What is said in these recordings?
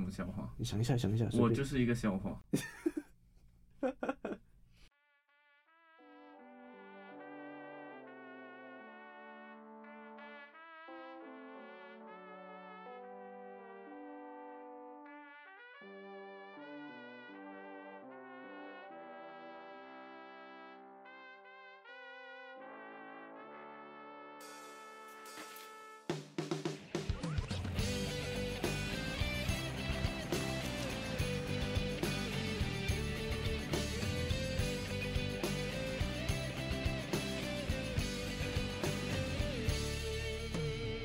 么笑话？你想一下，想一下，随我便就是一个笑话。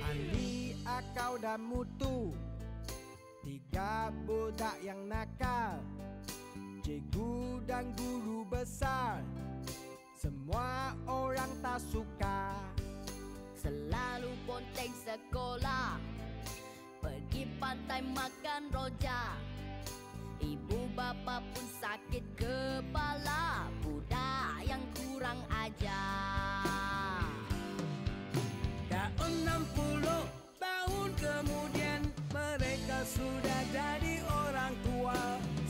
Ali, Akau dan Mutu Tiga budak yang nakal Cikgu dan guru besar Semua orang tak suka Selalu ponteng sekolah Pergi pantai makan rojak Ibu bapa pun sakit kepala Budak yang kurang ajar Tahun 60 tahun kemudian Mereka sudah jadi orang tua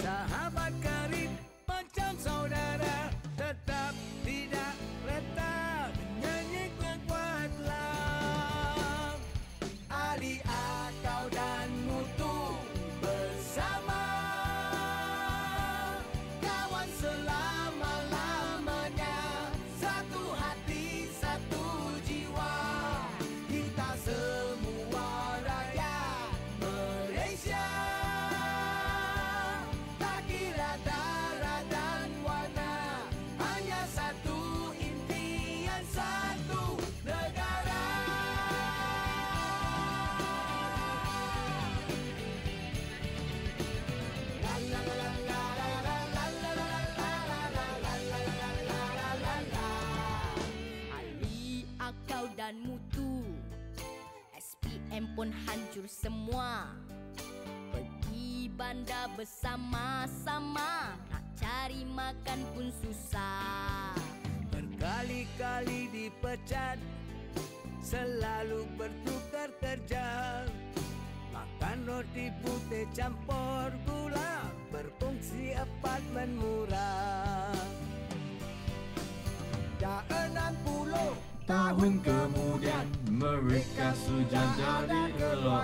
Sahabat karib macam saudara Tetap tidak retak Nyanyi kuat-kuatlah Ali A kau dan Mutu bersama kawan selama lamanya satu hati satu jiwa kita semua rakyat Malaysia tak kira darah dan warna hanya satu impian satu negara. Ali, Akau dan Mutu SPM pun hancur semua Pergi bandar bersama-sama Nak cari makan pun susah Berkali-kali dipecat Selalu bertukar kerja Makan roti putih campur gula Berfungsi apartemen murah Dah enam puluh Tahun kemudian mereka sudah jadi elo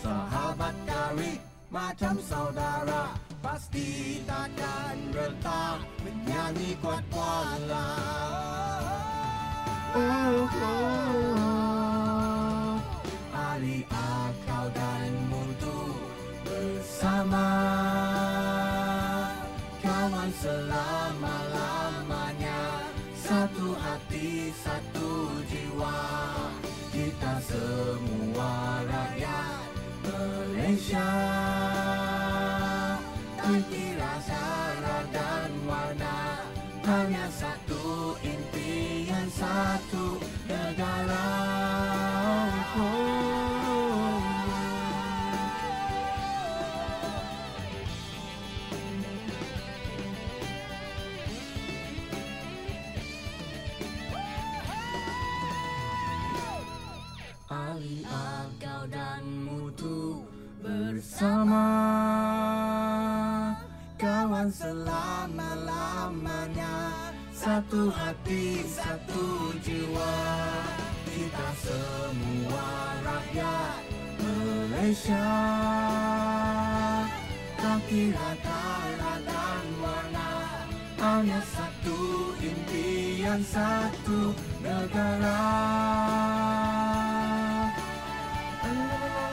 Sahabat kami macam saudara Pasti takkan retak menyanyi kuat kuala Oh, oh, oh. Ali akau dan mutu bersama Kawan selama-lamanya Satu hati, satu jiwa Kita semua rakyat Malaysia Tak kira sara dan warna Hanya satu impian, satu negara Ali Agau dan Mutu bersama Kawan selama-lamanya Satu hati, satu jiwa Kita semua rakyat Malaysia Tak kira tara dan warna Hanya satu impian, satu negara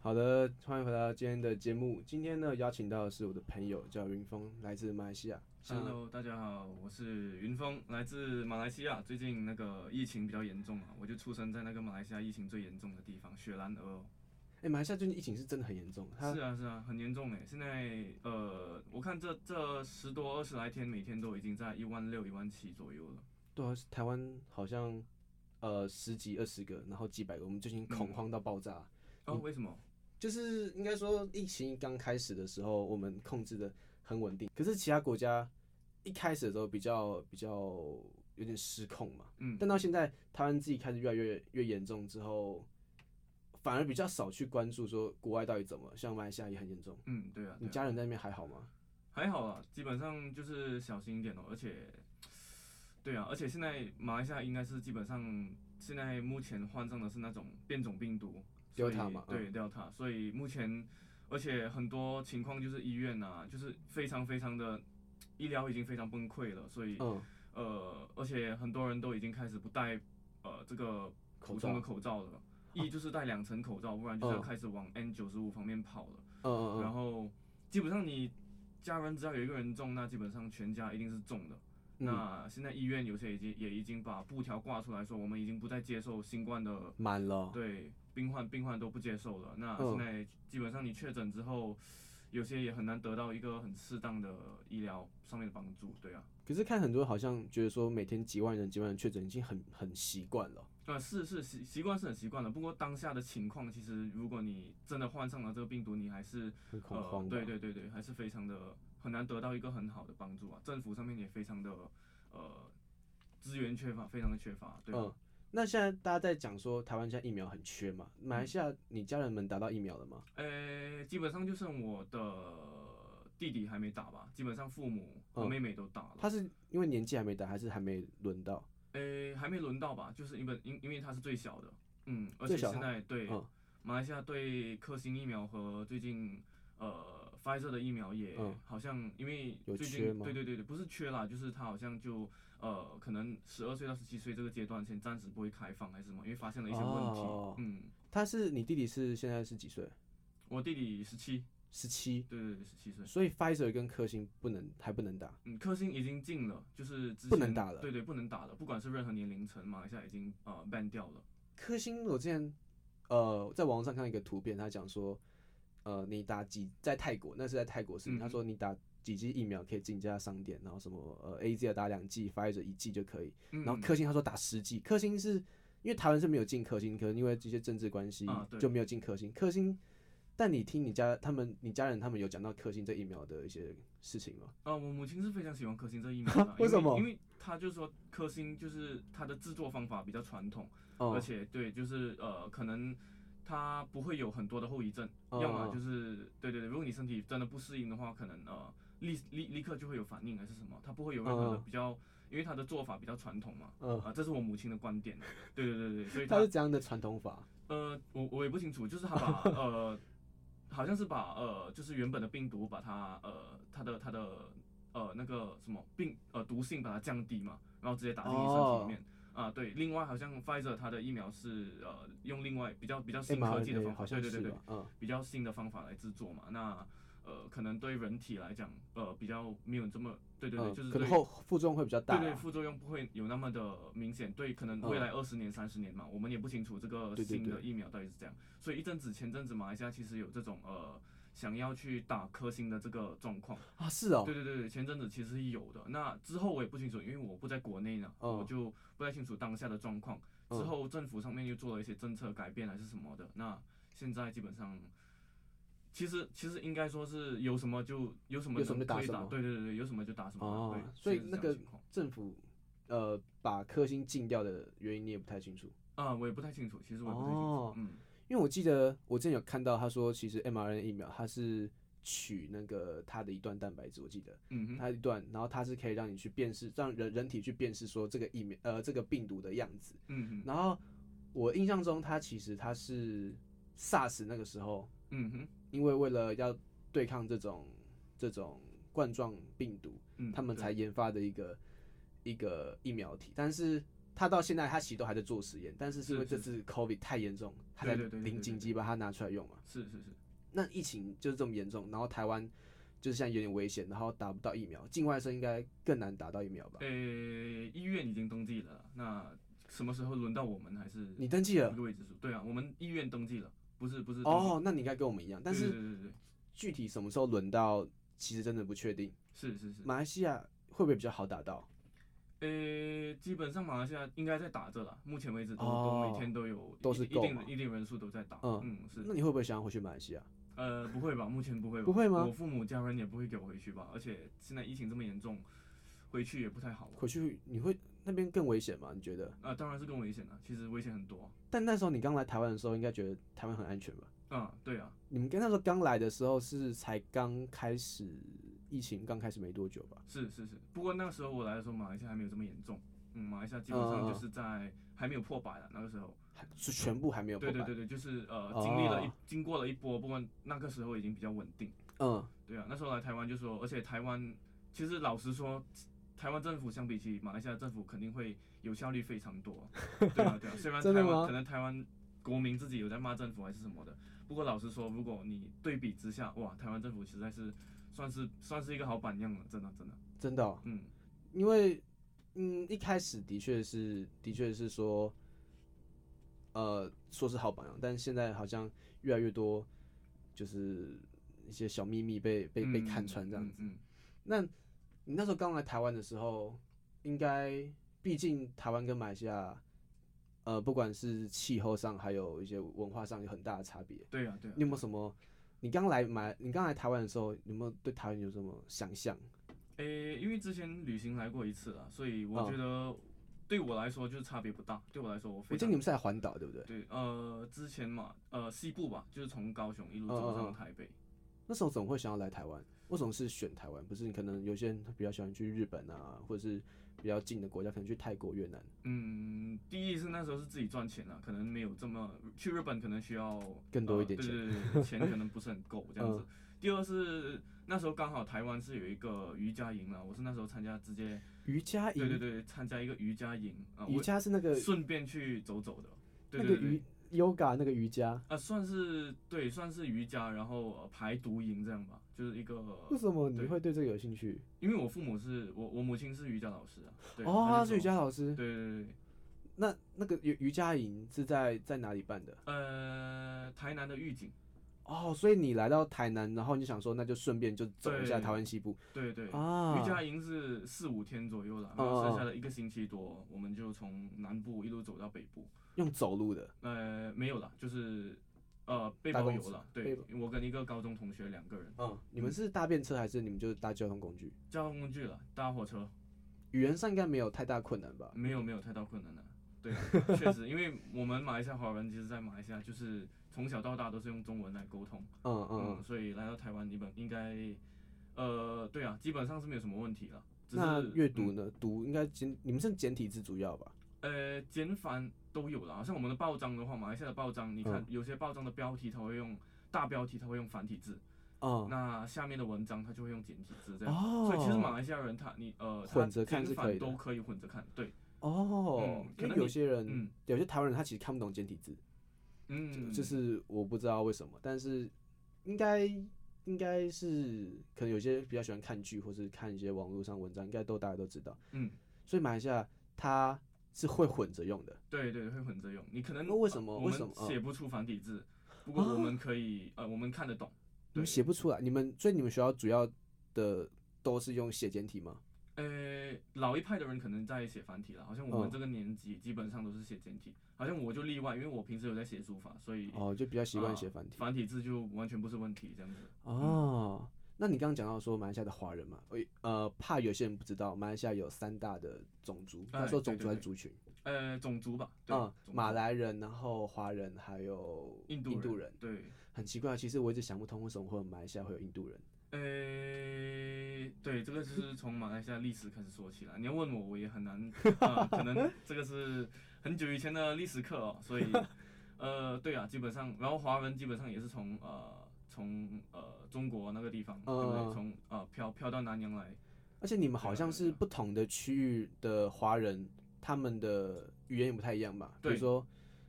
好的，欢迎回到今天的节目。今天呢，邀请到的是我的朋友，叫云峰，来自马来西亚。呃 Hello，大家好，我是云峰，来自马来西亚。最近那个疫情比较严重嘛，啊我就出生在那个马来西亚疫情最严重的地方——雪兰莪哦。哎、马来西亚最近疫情是真的很严重，它是啊，是啊，很严重哎。现在呃，我看这这十多二十来天，每天都已经在一万六、一万七左右了。对啊，台湾好像呃十几、二十个，然后几百个，我们就已经恐慌到爆炸。哦，嗯为什么？就是应该说，疫情刚开始的时候，我们控制的很稳定，可是其他国家一开始的时候比较比较有点失控嘛。嗯，但到现在，台湾自己开始越来越越严重之后，反而比较少去关注说国外到底怎么，像马来西亚也很严重。嗯，对啊，你对啊家人在那边还好吗？还好啦，基本上就是小心一点哦，而且，对啊，而且现在马来西亚应该是基本上现在目前患上的是那种变种病毒所以 Delta 嘛嗯对，Delta，所以目前而且很多情况就是医院啊，就是非常非常的医疗已经非常崩溃了，所以、嗯，呃，而且很多人都已经开始不戴呃这个普通的口罩了，一就是戴两层口罩，不然就是要哦嗯开始往 N 九十五方面跑了。嗯嗯然嗯，后基本上你家人只要有一个人中，那基本上全家一定是中的。嗯那现在医院有些已经也已经把布条挂出来说，我们已经不再接受新冠的满了。对病患，病患都不接受了。那嗯现在基本上你确诊之后，有些也很难得到一个很适当的医疗上面的帮助，对啊。可是看很多好像觉得说每天几万人、几万人确诊已经很很习惯了。呃，是是习习惯是很习惯了，不过当下的情况，其实如果你真的患上了这个病毒，你还是很恐慌呃，吧对对对对，还是非常的很难得到一个很好的帮助啊。政府上面也非常的呃资源缺乏，非常的缺乏，对吧？嗯，那现在大家在讲说台湾现在疫苗很缺嘛？马来西嗯亚你家人们打到疫苗了吗？嗯呃，基本上就剩我的弟弟还没打吧，基本上父母和嗯妹妹都打了。他是因为年纪还没打，还是还没轮到？呃，还没轮到吧，就是因为因因为他是最小的，嗯，而最且小现他在对、嗯马来西亚对科兴疫苗和最近呃 Pfizer 的疫苗也嗯好像因为有最近缺吗对对对对，不是缺啦，就是它好像就呃可能十二岁到十七岁这个阶段先暂时不会开放还是什么，因为发现了一些问题。哦嗯，他是你弟弟是现在是几岁？我弟弟十七，十七，对对对，十七岁。所以 Pfizer 跟科兴不能还不能打。嗯，科兴已经禁了，就是之不能前打了对对，不能打了，不管是任何年龄层，马来西亚已经呃 ban 掉了。科兴我之前呃在网上看到一个图片，他讲说呃你打几在泰国，那是在泰国是，嗯他说你打几剂疫苗可以进这家商店，然后什么呃 A Z 打两剂，Pfizer 一剂就可以。嗯、然后科兴他说打十剂，科兴是因为台湾是没有进科兴，可能因为这些政治关系啊对就没有进科兴。科兴，但你听你家他们，你家人他们有讲到科兴这疫苗的一些事情吗？，啊、我母亲是非常喜欢科兴这疫苗的 为什么因为因为她就说科兴就是它的制作方法比较传统，而哦，且对，就是呃，可能它不会有很多的后遗症，哦要么哦就是对对对，如果你身体真的不适应的话，可能呃立立立刻就会有反应还是什么，它不会有任何的哦比较，因为它的做法比较传统嘛。嗯啊、，这是我母亲的观点，对对对对，所以他她是怎样的传统法？呃，我我也不清楚，就是他 把呃，好像是把呃，就是原本的病毒把它呃，它的它的呃那个什么病呃毒性把它降低嘛，然后直接打进你身体里哦面。啊，对，另外好像 Pfizer 它的疫苗是呃用另外比较比较新科技的 mRNA 方法，好像对对是对对吧，？嗯，比较新的方法来制作嘛。那呃可能对人体来讲，呃比较没有这么对对对，嗯就是可对能后副作用会比较大啊对啦。对，副作用不会有那么的明显。对，可能未来二十年、三十年嘛，我们也不清楚这个嗯对对新的对疫苗到底是怎样。所以一阵子前阵子马来西亚其实有这种呃想要去打科兴的这个状况。啊，是哦对，对对对，前阵子其实是有的。那之后我也不清楚，因为我不在国内呢，嗯我就不太清楚当下的状况。之嗯后政府上面又做了一些政策改变还是什么的。那现在基本上。其实其实应该说是有什么就有什么有什能么就打可以什打，么对对对，有什么就打什么。哦对，所以现在是那这样的个情况政府呃把科兴禁掉的原因你也不太清楚。啊、我也不太清楚，其实我也不太清楚。哦嗯，因为我记得我之前有看到他说，其实 mRNA 疫苗它是取那个它的一段蛋白质，我记得嗯哼，它一段，然后它是可以让你去辨识，让人人体去辨识说这个疫苗呃这个病毒的样子。嗯哼，然后我印象中，它其实它是 SARS 那个时候，嗯哼，因为为了要对抗这种这种冠状病毒，嗯，他们对才研发的一个一个疫苗体，但是。它到现在，它其实都还在做实验，但是是因为是这是次 COVID 太严重，它才对对对对对零紧对急把它拿出来用嘛。是是是，那疫情就是这么严重，然后台湾就是现在有点危险，然后打不到疫苗，境外生应该更难打到疫苗吧？呃，医院已经登记了，那什么时候轮到我们还是你登记一了个未知数？对啊，我们医院登记了，不是不是登记哦，那你应该跟我们一样，但对是对对对对，具体什么时候轮到，其实真的不确定。是是是，马来西亚会不会比较好打到？诶、呃，基本上马来西亚应该在打着啦，目前为止都、哦都每天都有都一是一够定嘛一定人数都在打。嗯嗯，是那。你会不会想要回去马来西亚？呃，不会吧？目前不会吧？不会吗我父母家人也不会给我回去吧？而且现在疫情这么严重，回去也不太好吧。回去你会那边更危险吗？你觉得？啊、当然是更危险了，其实危险很多。但那时候你刚来台湾的时候，应该觉得台湾很安全吧？啊、对啊，你们跟那时候刚来的时候是才刚开始疫情刚开始没多久吧？是是是。不过那个时候我来的时候，马来西亚还没有这么严重。嗯，马来西亚基本上就是在还没有破百了那个时候。还是全部还没有破对百？对对对，就是呃，经历了一、哦经过了一波，不过那个时候已经比较稳定。嗯，对啊，那时候来台湾就说，而且台湾其实老实说，台湾政府相比起马来西亚政府肯定会有效率非常 多。对啊，对啊，虽然真的台吗湾可能台湾国民自己有在骂政府还是什么的，不过老实说，如果你对比之下，哇，台湾政府实在是算是算是一个好榜样了，真的真的，真的哦、嗯，因为嗯一开始的确是的确是说，呃，说是好榜样，但现在好像越来越多就是一些小秘密被被被嗯看穿这样子。嗯，嗯那你那时候刚来台湾的时候，应该毕竟台湾跟马来西亚，呃，不管是气候上，还有一些文化上有很大的差别。对啊对啊你，有没有什么？你刚来马，你刚来台湾的时候，有没有对台湾有什么想象？诶、因为之前旅行来过一次了，所以我哦觉得对我来说就是差别不大，对我来说我我非记得常你们是在环岛，对不对？对，呃，之前嘛，呃，西部吧，就是从高雄一路嗯走嗯嗯上台北。那时候总会想要来台湾？为什么是选台湾？不是你可能有些人他比较喜欢去日本啊，或者是比较近的国家，可能去泰国、越南。嗯，第一是那时候是自己赚钱了，可能没有这么去日本，可能需要更多一点呃、对对对对，钱可能不是很够这样子。嗯 第二是那时候刚好台湾是有一个瑜伽营了，我是那时候参加直接瑜伽啊营，对对对参加一个瑜伽营啊，瑜我伽是那个顺便去走走的，对那对个对瑜 yoga 那个瑜伽，啊、算是对算是瑜伽，然后、呃排毒营这样吧，就是一个为什么你对会对这个有兴趣？因为我父母是我我母亲是瑜伽老师啊，对，哦，他她是瑜走伽老师。对对对，对那那个瑜瑜伽营是在在哪里办的？呃，台南的预警，哦，所以你来到台南，然后你想说那就顺便就走一下对台湾西部对对，啊。瑜伽营是四五天左右了，然哦哦后哦剩下的一个星期多，我们就从南部一路走到北部。用走路的，呃，没有了，就是呃背搭包公游司了。背对包，我跟一个高中同学两个人，嗯，你们是搭便车还是你们就是搭交通工具？交通工具了，搭火车，语言上应该没有太大困难吧？没有没有太大困难了。对啊，确实，因为我们马来西亚华人，其实，在马来西亚就是从小到大都是用中文来沟通，嗯嗯嗯，嗯。所以来到台湾，你本应该，呃，对啊，基本上是没有什么问题了。只那是阅读嗯呢？读应该简，你们是简体字主要吧？呃，简繁都有啦。像我们的报章的话，马来西亚的报章，你看、嗯有些报章的标题它会用大标题，它会用繁体字，嗯，那下面的文章它就会用简体字这样。哦，所以其实马来西亚人他你呃，他混着看简是繁可以的都可以混着看，对，哦嗯，可因为能有你些人嗯，有些台湾人他其实看不懂简体字，嗯，就是我不知道为什么，但是应该应该是可能有些比较喜欢看剧或是看一些网络上文章，应该都大家都知道。嗯，所以马来西亚它是会混着用的，对对会混着用。你可能那为什么呃为我什么啊们嗯写不出繁体字？不过我们可以呃，我们看得懂。你对们，写不出来。你们所以你们学校主要的都是用写简体吗？呃，老一派的人可能在写繁体了，好像我嗯们这个年纪基本上都是写简体，好像我就例外，因为我平时有在写书法，所以哦，就比较习惯啊写繁体。繁体字就完全不是问题，这样子。哦，那你刚刚讲到说马来西亚的华人嘛，诶呃，怕有些人不知道，马来西亚有三大的种族，哎他说种对对族还是对族群？呃，种族吧，对，嗯，种族马、来人，然后华人，还有印度度人。对，很奇怪，其实我一直想不通为什么会有马来西亚会有印度人。呃，对，这个就是从马来西亚历史开始说起了。你要问我，我也很 难，啊，可能这个是很久以前的历史课哦，所 以，呃，对啊，基本上，然后华人基本上也是从呃从呃中国那个地方，对不嗯嗯嗯对？从呃飘飘到南洋来，而且你们好像对是啊对啊不同的区域的华人，他们的语言也不太一样吧？比如对说，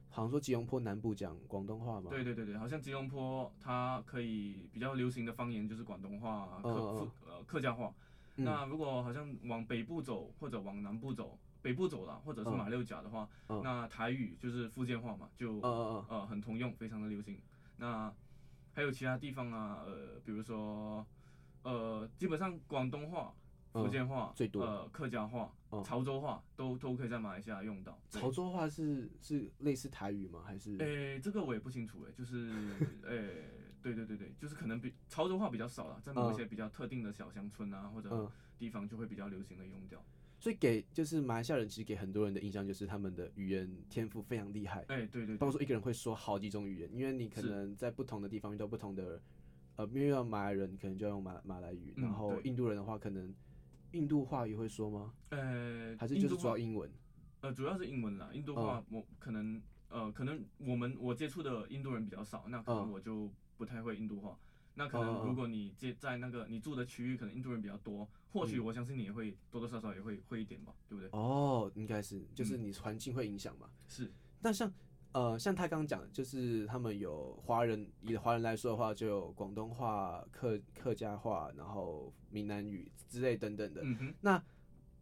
好像说吉隆坡南部讲广东话嘛，对对对对，好像吉隆坡它可以比较流行的方言就是广东话、客嗯嗯客呃客家话。嗯那如果好像往北部走或者往南部走，北部走啦，或者是嗯马六甲的话，嗯那台语就是福建话嘛，就、嗯嗯呃很通用，非常的流行。那还有其他地方啊，呃，比如说呃，基本上广东话、嗯福建话、最多呃客家话、嗯潮州话都都可以在马来西亚用到。对潮州话是是类似台语吗？还是诶、这个我也不清楚诶、就是 诶、对对对对，就是可能比潮州话比较少啦，在某一些比较特定的小乡村啊或嗯者地方就会比较流行的用掉。所以给就是马来西亚人，其实给很多人的印象就是他们的语言天赋非常厉害，诶、对对对包括说一个人会说好几种语言，因为你可是能在不同的地方遇到不同的，呃，因为要马来人你可能就要用马马来语，嗯然后对印度人的话可能印度话也会说吗？诶，还是呃印就是度主话要哦英文？呃，主要是英文啦，印度话我可能呃，可能我们我接触的印度人比较少，那可能嗯我就不太会印度话。那可嗯嗯能嗯如果你接在那个你住的区域，可能印度人比较多，或许嗯我相信你也会多多少少也会会一点吧，对不对？哦，应该是就是嗯你环境会影响嘛。是，那像呃像他刚刚讲的，就是他们有华人，以华人来说的话，就有广东话、客客家话，然后闽南语之类等等的。嗯哼，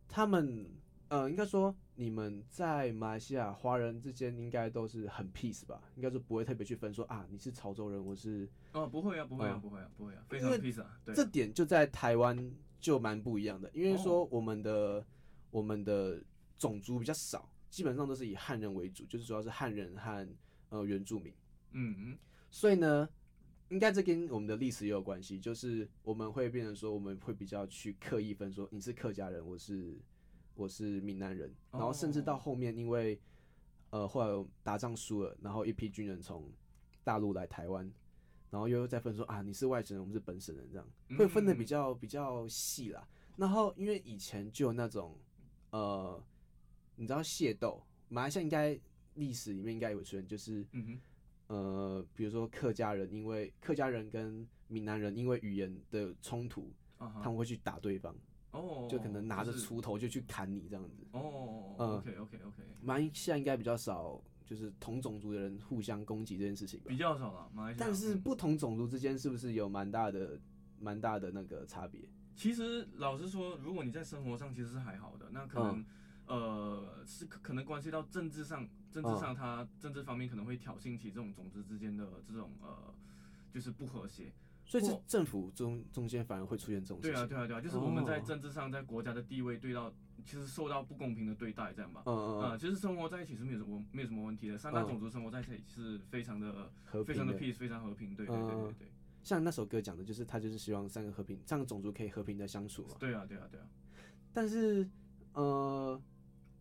他们呃，应该说你们在马来西亚华人之间应该都是很 peace 吧？应该说不会特别去分说啊，你是潮州人，我是哦，不会啊，不会啊，嗯不会啊，不会啊，非因常为 peace 啊，对这啊，点就在台湾就蛮不一样的，因为说我们的、我们的种族比较少，基本上都是以汉人为主，就是主要是汉人和呃原住民，嗯嗯，所以呢。应该这跟我们的历史也有关系，就是我们会变成说，我们会比较去刻意分说你是客家人，我是我是闽南人，然后甚至到哦后面因为呃后来打仗输了，然后一批军人从大陆来台湾，然后又再分说啊你是外省人，我们是本省人，这样嗯会分的比较比较细啦。然后因为以前就有那种呃，你知道械斗，马来西亚应该历史里面应该有出现，就是嗯哼，呃，比如说客家人，因为客家人跟闽南人因为语言的冲突，啊他哈，们会去打对方，哦，就可能拿着是，锄头就去砍你这样子。哦嗯，OK OK OK，马来西亚应该比较少，就是同种族的人互相攻击这件事情吧比。较少了，马来西亚，但是嗯不同种族之间是不是有蛮大的、蛮大的那个差别？其实老实说，如果你在生活上其实是还好的，那可嗯能、呃是可可能关系到政治上，政治嗯上它政治方面可能会挑衅起这种种族之间的这种呃就是不和谐。所以是或政府中中间反而会出现这种事对情。啊，对啊，对啊，就是我们在哦政治上在国家的地位对到其实受到不公平的对待，这样吧。嗯嗯呃，嗯，其实生活在一起是没有什么没有什么问题的，三大嗯种族生活在一起是非常的和非常平的的。 peace，非常和平，对对对对对，像那首歌讲的，就是他就是希望三个和平，这样种族可以和平的相处嘛。对啊对啊对啊，但是，呃，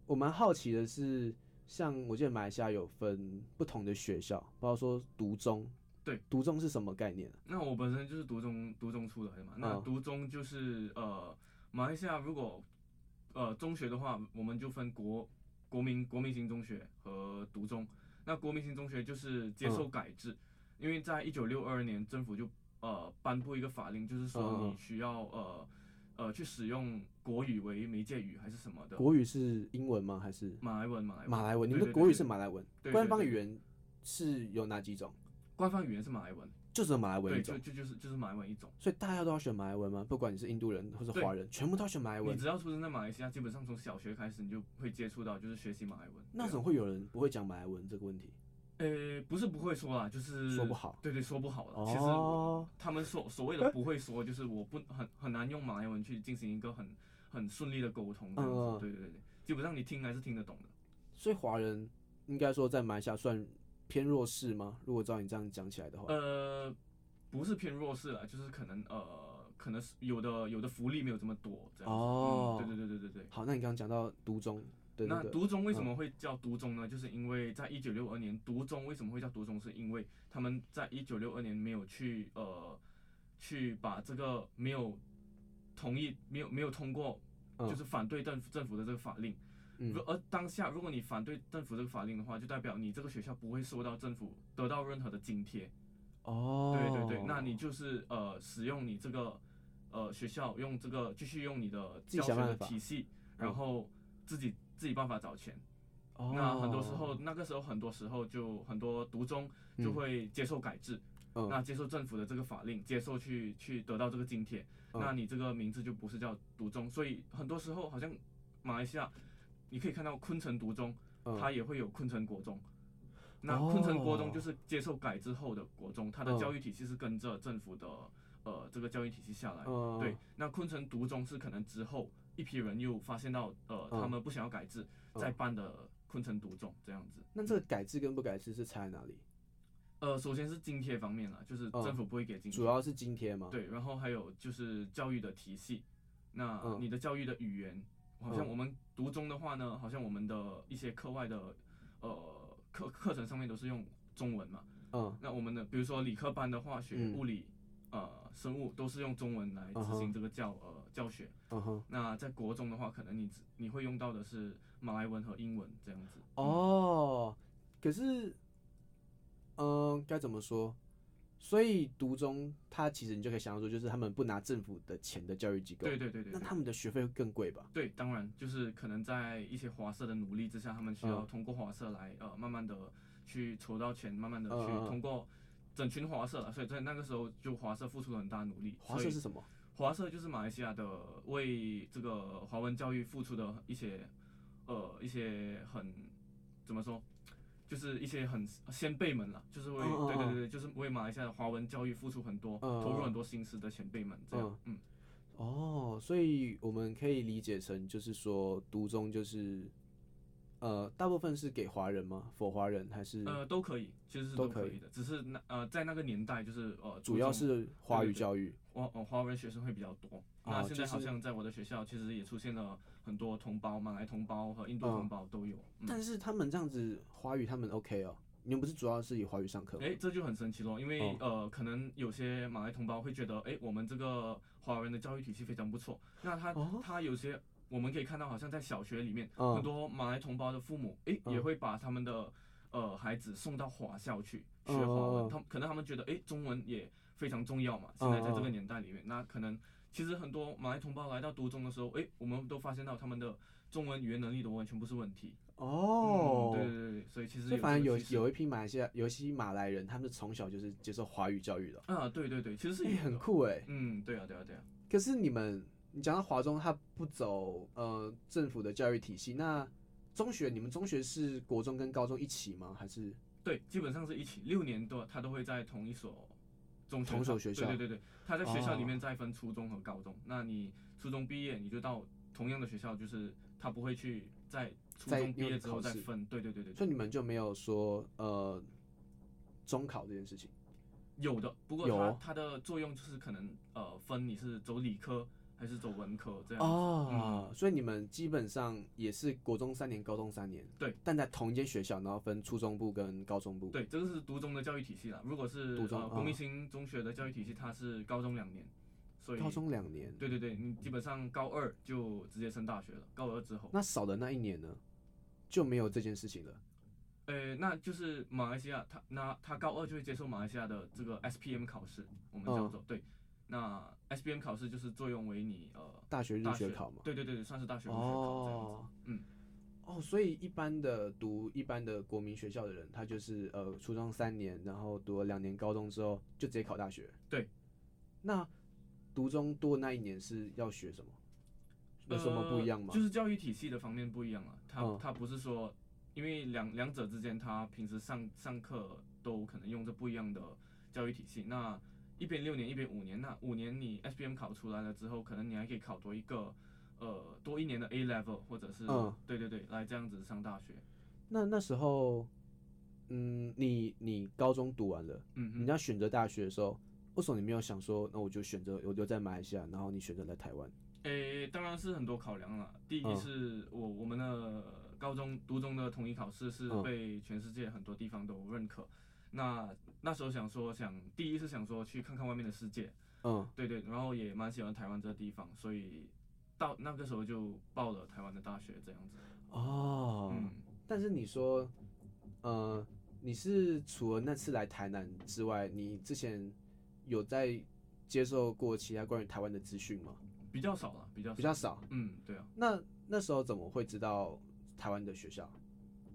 我蛮好奇的是，像我记得马来西亚有分不同的学校，包括说独中。对，独中是什么概念啊？那我本身就是读中读中出来的嘛，那嗯读中就是呃，马来西亚如果呃中学的话，我们就分国国民国民型中学和读中。那国民型中学就是接受嗯改制，因为在一九六二年政府就呃颁布一个法令，就是说嗯嗯你需要呃呃去使用国语为媒介语还是什么的，国语是英文吗？还是马来文马来文马来文？你们对对的国语对是马来文，对对官方对语言是有哪几种？官方语言是马来文，就只有马来文对，一就种，就就是就是马来文一种。所以大家都要选马来文吗？不管你是印度人或是对华人，全部都要选马来你文。只要出生在马来西亚，基本上从小学开始你就会接触到，就是学习马来文。那对啊怎么会有人不会讲马来文这个问题？呃，不是不会说啦，就是说不好。对对，说不好了。其实我哦，他们所所谓的不会说，就是我不很很难用马来文去进行一个很很顺利的沟通。这样嗯子，嗯对对对对，基本上你听还是听得懂的。所以华人应该说在马来西亚算偏弱势吗？如果照你这样讲起来的话，呃，不是偏弱势了，就是可能呃，可能是有的有的福利没有这么多这样子。哦嗯，对对对对对对。好，那你刚刚讲到独中的那个，独中嗯为什么会叫独中呢？就是因为在一九六二年，独中为什么会叫独中，是因为他们在一九六二年没有去呃去把这个没有同意、没有没有通过，嗯就是反对政政府的这个法令。嗯如而当下，如果你反对政府这个法令的话，就代表你这个学校不会受到政府得到任何的津贴。哦，对对对，那你就是呃使用你这个呃学校用这个继续用你的自己教学想办的法体系，嗯然后自己自己办法找钱。哦那很多时候，那个时候很多时候就很多独中就会接受改制，嗯那接受政府的这个法令，接受去去得到这个津贴，嗯那你这个名字就不是叫独中，所以很多时候好像马来西亚，你可以看到昆城独中，嗯它也会有昆城国中。那哦昆城国中就是接受改制后的国中，它的嗯教育体系是跟着政府的呃这个教育体系下来。嗯，对，那昆城独中是可能之后一批人又发现到，呃，嗯他们不想要改制，嗯再办的昆城独中这样子。那这个改制跟不改制是差在哪里？呃，首先是津贴方面啦，就是嗯政府不会给津贴，主要是津贴吗？，对，然后还有就是教育的体系，那嗯你的教育的语言，好像嗯我们读中的话呢，好像我们的一些课外的呃课课程上面都是用中文嘛，嗯，那我们的比如说理科班的化学、嗯物理、呃生物都是用中文来嗯执哼行这个教呃教学，嗯哼，那在国中的话，可能你只你会用到的是马来文和英文这样子。哦，可是，嗯、该怎么说？所以读中，他其实你就可以想象说，就是他们不拿政府的钱的教育机构，对对对对那对。他们的学费会更贵吧？对，当然就是可能在一些华社的努力之下，他们需要嗯通过华社来呃慢慢的去筹到钱，慢慢的嗯去嗯嗯通过整群华社了。所以在那个时候，就华社付出了很大的努力。华所社以是什么？华社就是马来西亚的为这个华文教育付出的一些呃一些很怎么说，就是一些很先辈们啦，就是为、嗯嗯对对嗯对对，就是为马来西亚的华文教育付出很多、嗯嗯投入很多心思的前辈们这样，嗯哦，所以我们可以理解成就是说，读中就是，呃，大部分是给华人吗？否华人还是呃都可以，其实是都都可可以以的，只是那呃在那个年代就是呃主要注重是华对语对教育？华呃华文学生会比较多。那哦现就在好是像在我的学校，其实也出现了很多同胞，马来同胞和印度同嗯胞都有。嗯但是他们这样子华语他们 OK 哦，你们不是主要是以华语上课吗？哎，这就很神奇咯，因为、哦呃，可能有些马来同胞会觉得，哎，我们这个华人的教育体系非常不错。那他、哦他有些我们可以看到，好像在小学里面，嗯很多马来同胞的父母，哎，嗯也会把他们的呃孩子送到华校去学嗯华文。嗯嗯他们可能他们觉得，哎，中文也非常重要嘛。现在在这嗯个嗯年代里面，那可能其实很多马来同胞来到读中的时候，哎，我们都发现到他们的中文语言能力都完全不是问题。哦嗯，对对对对，所以其实所以反这正个有趋势有一批马来西亚，有一些马来人，他们从小就是接受华语教育的哦，啊，对对对，其实是哎、有很的酷哎。嗯，对啊，对啊，对啊。可是你们，你讲到华中，他不走呃政府的教育体系，那中学你们中学是国中跟高中一起吗？还是对，基本上是一起，六年多他都会在同一所中学同所上学校哦对对对对，他在学校里面再分初中和高中。那你初中毕业，你就到同样的学校，就是他不会去在初再中毕用业之后考再试分。对对对对，所以你们就没有说呃中考这件事情？有的，不过有它哦它的作用就是可能呃分你是走理科还是走文科这样。哦，嗯所以你们基本上也是国中三年，高中三年，对，但在同一间学校，然后分初中部跟高中部，，对，这个是独中的教育体系啦。如果是独中呃国嗯民型中学的教育体系，它是高中两年，所以高中两年，对对对，你基本上高二就直接升大学了，高二之后。那少的那一年呢，就没有这件事情了。呃，那就是马来西亚，他那他高二就会接受马来西亚的这个 SPM 考试，我们叫做、哦对。那 SPM 考试就是作用为你呃大学入大学考嘛，对对对对，算是大学入学考这样子。哦，嗯，哦，所以一般的读一般的国民学校的人，他就是呃初中三年，然后读了两年高中之后，就直接考大学。对，那读中多那一年是要学什么？有什么不一样吗？呃就是教育体系的方面不一样了，他嗯他不是说，因为两两者之间，他平时上上课都可能用着不一样的教育体系。那一边六年，一边五年，那五年你 SPM 考出来了之后，可能你还可以考多一个，呃，多一年的 A level，或者是、嗯对对对，来这样子上大学。那那时候，嗯，你你高中读完了，嗯哼你要选择大学的时候，为什么你没有想说，那我就选择我留在马来西亚，然后你选择来台湾？诶，当然是很多考量了。第一嗯是我我们的高中读中的统一考试是嗯被全世界很多地方都认可。那那时候想说想，第一是想说去看看外面的世界，嗯，对对，然后也蛮喜欢台湾这个地方，所以到那个时候就报了台湾的大学这样子。哦，嗯，但是你说，呃，你是除了那次来台南之外，你之前有在接受过其他关于台湾的资讯吗？比较少了，比较比少。较少。嗯，对啊。那那时候怎么会知道台湾的学校？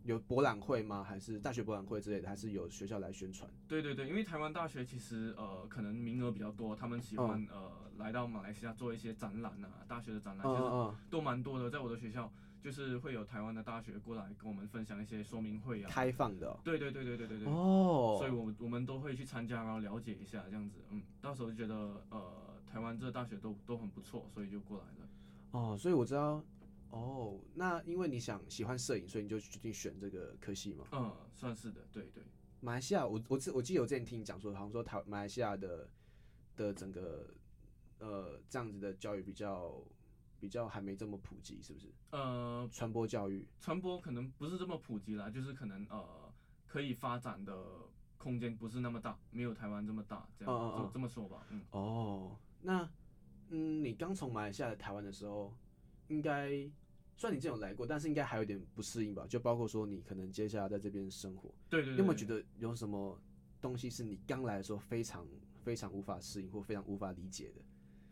有博览会吗？还是大学博览会之类的？还是有学校来宣传？对对对，因为台湾大学其实呃可能名额比较多，他们喜嗯欢、呃来到马来西亚做一些展览啊，大学的展览嗯其实嗯都蛮多的，在我的学校就是会有台湾的大学过来跟我们分享一些说明会嗯，啊。开放的哦对对对对对对对。哦，所以我们我们都会去参加，然后了解一下这样子，嗯，到时候就觉得呃台湾这大学都都很不错，所以就过来了。哦，所以我知道哦。那因为你想喜欢摄影，所以你就决定选这个科系嘛。嗯，算是的，对对。马来西亚，我我记我记得我之前听你讲说，好像说台马来西亚的的整个呃这样子的教育比较比较还没这么普及，是不是？呃，传播教育，传播可能不是这么普及啦，就是可能呃可以发展的空间不是那么大，没有台湾这么大，这样嗯嗯嗯这这么说吧，嗯。哦，那嗯，你刚从马来西亚来台湾的时候，应该虽然你之前有来过，但是应该还有点不适应吧？就包括说你可能接下来在这边生活，对对对。你有没有对觉？得有什么东西是你刚来的时候非常非常无法适应或非常无法理解的？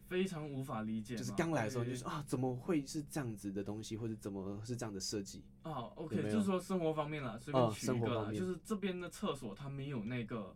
非常无法理解嘛。就是刚来的时候你就对说啊，怎么会是这样子的东西，或者怎么是这样的设计？哦有，OK，没就有是说生活方面啦，随便哦取生一活个方啦，面就是这边的厕所它没有那个，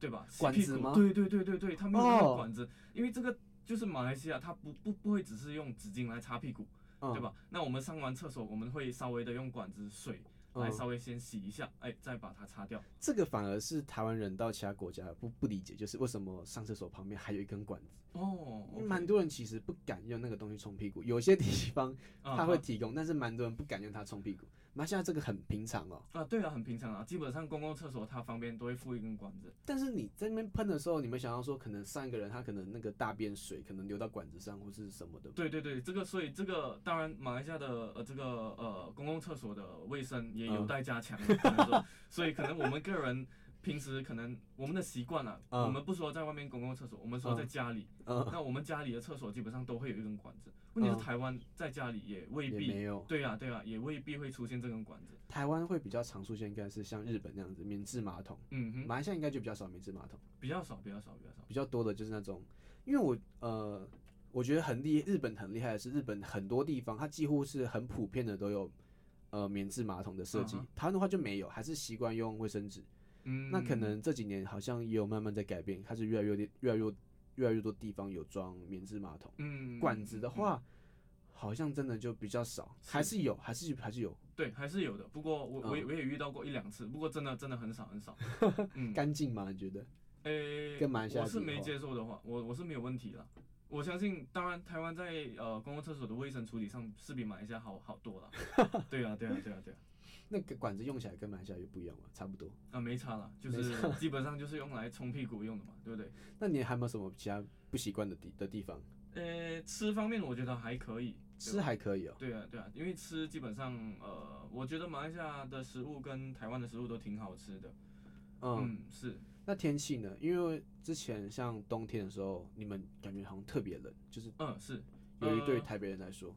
对吧？洗管屁子股吗对对对对对，它没有那哦个管子，因为这个就是马来西亚，它不不不会只是用纸巾来擦屁股，嗯、对吧？那我们上完厕所，我们会稍微的用管子水来嗯稍微先洗一下，哎、再把它擦掉。这个反而是台湾人到其他国家不不理解，就是为什么上厕所旁边还有一根管子，哦因为蛮多人其实不敢用那个东西冲屁股，有些地方嗯啊他会提供，但是蛮多人不敢用它冲屁股。马来西亚这个很平常哦，啊，对啊，很平常啊，基本上公共厕所它旁边都会附一根管子。但是你在那边喷的时候，你们想要说可能上一个人他可能那个大便水可能流到管子上或是什么的，对对对，这个所以这个当然马来西亚的呃这个呃公共厕所的卫生也有嗯待加强，可能说所以可能我们个人平时可能我们的习惯啊，嗯我们不说在外面公共厕所，我们说在嗯家里，嗯，那我们家里的厕所基本上都会有一根管子。问题是嗯台湾在家里也未也必，没有。对啊对啊，也未必会出现这根管子。台湾会比较常出现，应该是像日本那样子免治马桶，嗯哼，马来西亚应该就比较少免治马桶。比较少比较少比较少。比较多的就是那种，因为我呃，我觉得很厉，日本很厉害的是，日本很多地方它几乎是很普遍的都有呃免治马桶的设计嗯哼台湾的话就没有，还是习惯用卫生纸。嗯，那可能这几年好像也有慢慢在改变，开始越来越多越来越多越来越多地方有装免治马桶。嗯管子的，嗯嗯话，好像真的就比较少，是还是有，还是还是有对还是有的，不过我我也嗯我也遇到过一两次，不过真的真的很少很 少。嗯，干净吗？你觉得？诶、跟马来西亚我是比的没话接受的话，我我是没有问题啦。我相信，当然台湾在呃公共厕所的卫生处理上是比马来西亚好好多了。 对啊，对啊，对啊，对啊，那个管子用起来跟马来西亚又不一样嘛，差不多。啊没差啦，就是基本上就是用来冲屁股用的嘛，对不对？那你还有没有什么其他不习惯的地的地方？呃，吃方面我觉得还可以，吃还可以哦、对啊，对啊，因为吃基本上呃，我觉得马来西亚的食物跟台湾的食物都挺好吃的。嗯，嗯，是，那天气呢？因为之前像冬天的时候，你们感觉好像特别冷，就是嗯是。由于对于呃台北人来说，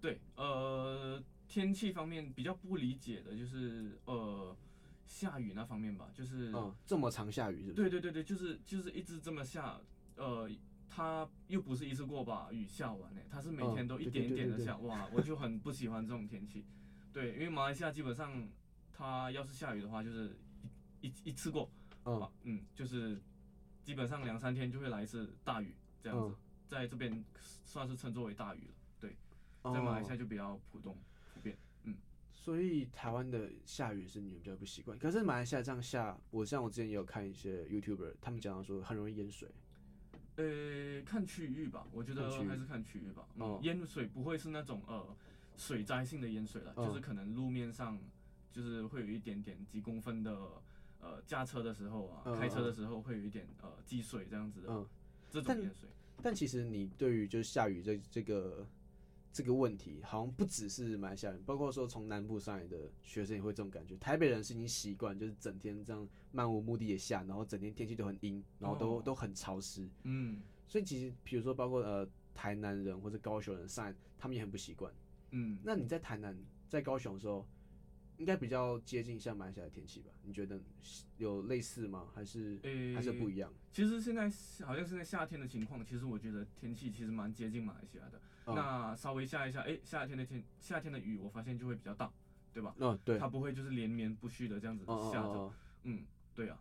对，呃，天气方面比较不理解的就是呃下雨那方面吧，就是、嗯，这么常下雨是不是？对对对对，就是就是一直这么下，呃，它又不是一次过把雨下完呢，它是每天嗯都一对对点一对点对的对下，哇，我就很不喜欢这种天气。对，因为马来西亚基本上它要是下雨的话，就是一一一次过，嗯啊，嗯，就是基本上两三天就会来一次大雨这样子，嗯在这边算是称作为大雨了。对，在马来西亚哦，就比较普通普遍。所以台湾的下雨是你们比较不习惯。可是马来西亚这样下，我像我之前也有看一些 YouTuber，他们讲到说很容易淹水。呃，看区域吧，我觉看得区域还是看区域吧。哦嗯，淹水不会是那种呃水灾性的淹水了，哦就是可能路面上就是会有一点点几公分的呃驾车的时候啊，嗯开车的时候会有一点呃积水这样子的、嗯，这种但淹水。但其实你对于就是下雨这这个这个问题，好像不只是马来西亚人，包括说从南部上来的学生也会这种感觉。台北人是已经习惯，就是整天这样漫无目的的下，然后整天天气都很阴，然后都、哦都很潮湿。嗯所以其实比如说包括呃台南人或者高雄人上来，他们也很不习惯。嗯，那你在台南在高雄的时候，应该比较接近像马来西亚的天气吧？你觉得有类似吗？还是诶还是不一样？其实现在好像现在夏天的情况，其实我觉得天气其实蛮接近马来西亚的。嗯那稍微下一下，哎，夏天的天夏天的雨，我发现就会比较大，对吧？哦，对，它哦不会就是连绵不续的这样子哦下着。哦，哦嗯，对啊，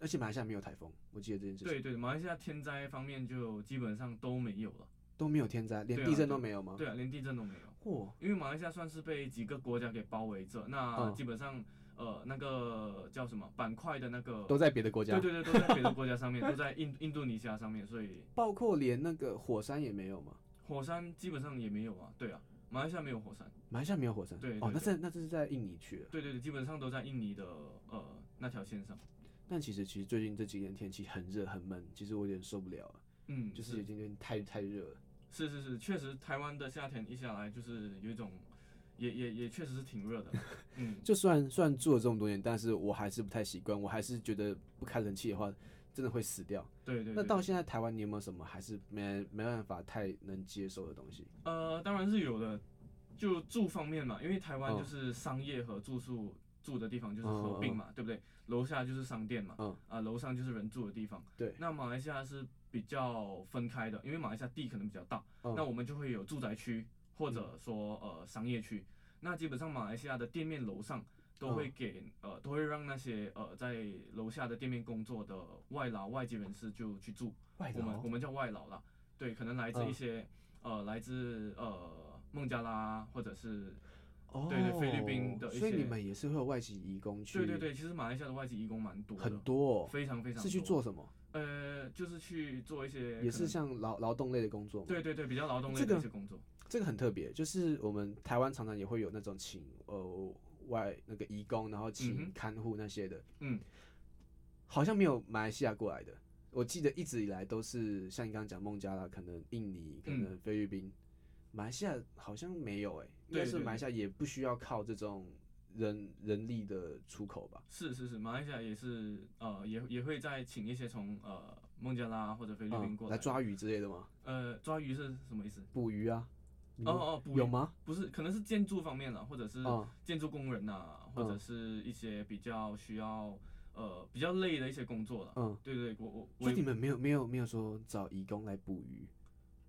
而且马来西亚没有台风，我记得这件事情，对，对，马来西亚天灾方面就基本上都没有了，都没有天灾，连对啊地震对都没有吗？对啊，连地震都没有。嚯，因为马来西亚算是被几个国家给包围着，那嗯基本上、呃那个叫什么板块的那个都在别的国家，对对对都在别的国家 上面，都在印印度尼西亚上面，所以包括连那个火山也没有吗？火山基本上也没有啊，对啊，马来西亚没有火山，马来西亚没有火山，对哦，对那对在那这是在印尼去了。对对对，基本上都在印尼的呃那条线上，但其实其实最近这几天天气很热很闷，其实我有点受不了了，嗯，就是是已经有点太太热了。是是是，确实台湾的夏天一下来就是有一种，也也也确实是挺 热的，嗯，就虽然虽然住了这么多年，但是我还是不太习惯，我还是觉得不开冷气的话，真的会死掉。对对对那到现在台湾，你有没有什么还是没没办法太能接受的东西？呃，当然是有的，就住方面嘛，因为台湾嗯就是商业和住宿住的地方就是合并嘛，对不对？楼下就是商店嘛，啊、嗯楼上就是人住的地方。对那马来西亚是比较分开的，因为马来西亚地可能比较大，嗯那我们就会有住宅区或者说呃商业区。那基本上马来西亚的店面楼上都嗯会给、呃都会让那些呃在楼下的店面工作的外劳外籍人士就去住。外我们劳我们叫外劳啦，对，可能来自哦嗯一些、呃，来自呃孟加拉或者是哦，对对菲律宾的一所以你些们也是会有外籍移工去，对对对，其实马来西亚的外籍移工蛮多的，很多、哦，非常非常是去多做什么？呃，就是去做一些可也是能像劳劳动类的工作吗？对对对比较劳动类这的个一些工作，这个很特别，就是我们台湾常常也会有那种请呃外那个义工，然后嗯请哼看护那些的，嗯，好像没有马来西亚过来的。我记得一直以来都是像你刚刚讲孟加拉，可能印尼，可嗯能菲律宾，马来西亚好像没有哎、应该对是对马来西亚也不需要靠这种人人力的出口吧？是是是，马来西亚也是呃也也会再请一些从呃孟加拉或者菲律宾嗯过，来,、来抓鱼之类的吗？呃抓鱼是什么意思？捕鱼啊？你哦们哦，捕鱼有吗？不是，可能是建筑方面了，或者是嗯建筑工人呐、啊或者是一些比较需要呃比较累的一些工作了。嗯，对对，我我我所以你也，们没有没有没有说找义工来捕鱼？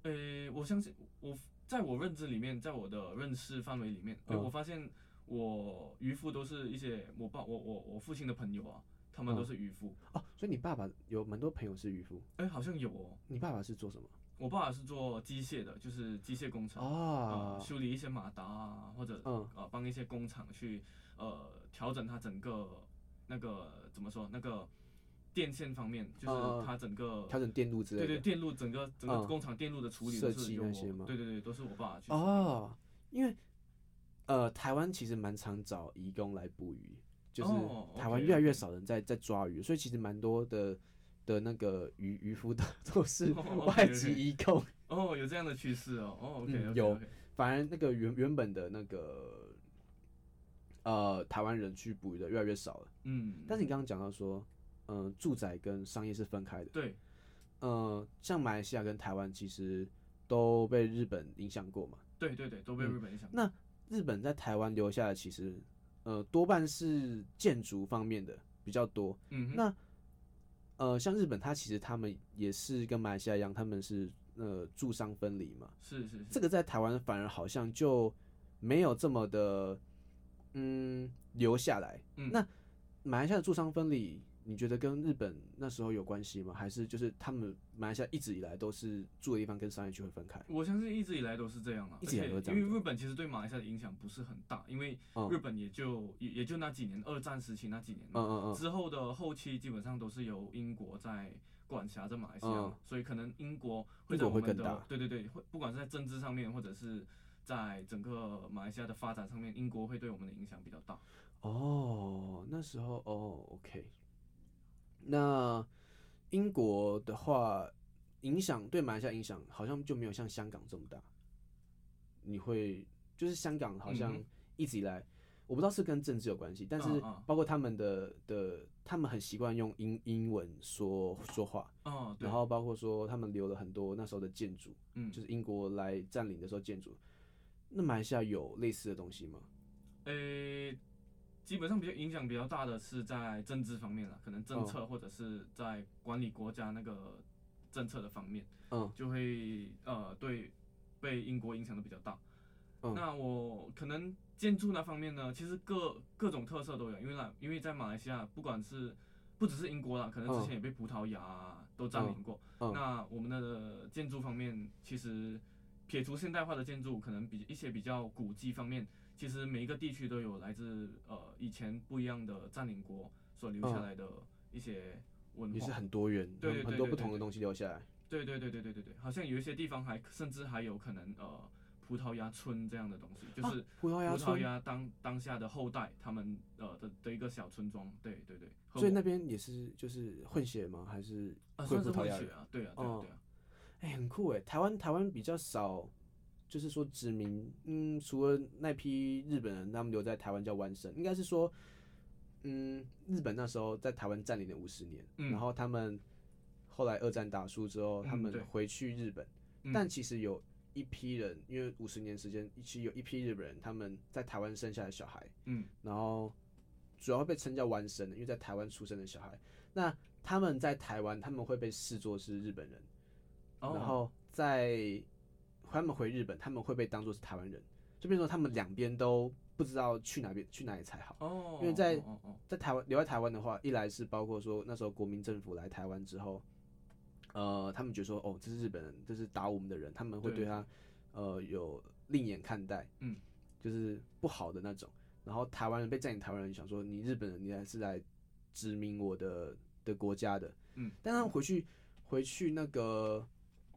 呃、我相信我在我认知里面，在我的认识范围里面，对嗯我发现我渔夫都是一些我爸我我我父亲的朋友啊，他们嗯都是渔夫。哦，所以你爸爸有蛮多朋友是渔夫，哎、好像有哦，你爸爸是做什么？我爸爸是做机械的，就是机械工程呃啊，修理一些马达啊，或者嗯呃帮一些工厂去呃调整它整个那个怎么说那个电线方面，就是嗯嗯它整个调整电路之类对对的。电路整个整个嗯工厂电路的处理设都计是由那些吗我对对对都是我爸去处理哦，因为呃，台湾其实蛮常找移工来捕鱼，就是哦台湾 OK，越来越 OK 少人在在抓鱼，所以其实蛮多的的那个渔渔夫都都是 哦，OK，外籍 OK 移工，哦有这样的趋势哦哦 OK 嗯 OK 有 OK 反而那个原原本的那个呃台湾人去捕鱼的越来越少了。嗯，但是你刚刚讲到说，嗯、住宅跟商业是分开的。对呃，像马来西亚跟台湾其实都被日本影响过嘛。对对对都被嗯日本影响，那日本在台湾留下的其实，呃，多半是建筑方面的比较多。嗯哼那呃，像日本，它其实他们也是跟马来西亚一样，他们是呃住商分离嘛。是是这是个在台湾反而好像就没有这么的，嗯，留下来。嗯那马来西亚的住商分离，你觉得跟日本那时候有关系吗？还是就是他们马来西亚一直以来都是住的地方跟商业区会分开？我相信一直以来都是这样啊，一直以来而且都是这样因子为日本其实对马来西亚的影响不是很大，因为嗯日本也就也也就那几年，二战时期那几年嘛，嗯嗯嗯，之后的后期基本上都是由英国在管辖着马来西亚嘛，嗯所以可能英国英会在国我会们更的大对对对，会不管是在政治上面，或者是在整个马来西亚的发展上面，英国会对我们的影响比较大。哦，那时候哦，OK。那英国的话，影响对马来西亚影响好像就没有像香港这么大。你会就是香港好像嗯哼一直以来，我不知道是跟政治有关系，但是嗯嗯包括他们的的，他们很习惯用英英文说说话，哦，对，然后包括说他们留了很多那时候的建筑，嗯，就是英国来占领的时候建筑。那马来西亚有类似的东西吗？呃，基本上比较影响比较大的是在政治方面了，可能政嗯策或者是在管理国家那个政策的方面，嗯，就会呃对被英国影响的比较大。嗯那我可能建筑那方面呢，其实各各种特色都有，因为啦，因为在马来西亚，不管是不只是英国啦，可能之前也被葡萄牙、都占领过。嗯嗯那我们的建筑方面，其实撇除现代化的建筑，可能比一些比较古迹方面，其实每一个地区都有来自呃以前不一样的占领国所留下嗯来的一些文化。也是很多元，对对对很很多对不对同的对东西留下来。对对对对对对对，好像有一些地方还甚至还有可能呃葡萄牙村这样的东西，就是啊葡萄牙葡萄村，牙当当下的后代他们呃的的一个小村庄，对对对，和所以我那边也是就是混血吗？还是啊会算葡是萄混牙血人？啊，对啊对啊哦对啊，哎、很酷哎！台湾台湾比较少，就是说殖民，嗯，除了那批日本人，他们留在台湾叫湾生，应该是说，嗯，日本那时候在台湾占领了五十年，嗯然后他们后来二战打输之后，他嗯们对回去日本，嗯但其实有一批人，因为五十年时间，其实有一批日本人他们在台湾生下的小孩，嗯然后主要会被称叫湾生的，因为在台湾出生的小孩，那他们在台湾他们会被视作是日本人。哦然后在他们回日本，他们会被当做是台湾人，就变成说他们两边都不知道去哪边去哪里才好。哦，因为在哦哦在台湾留在台湾的话，一来是包括说那时候国民政府来台湾之后，呃，他们觉得说哦，这是日本人，这是打我们的人，他们会对对他呃有另眼看待，嗯，就是不好的那种。然后台湾人被占领，台湾人想说你日本人，你还是来殖民我的的国家的，嗯，但他们回去回去那个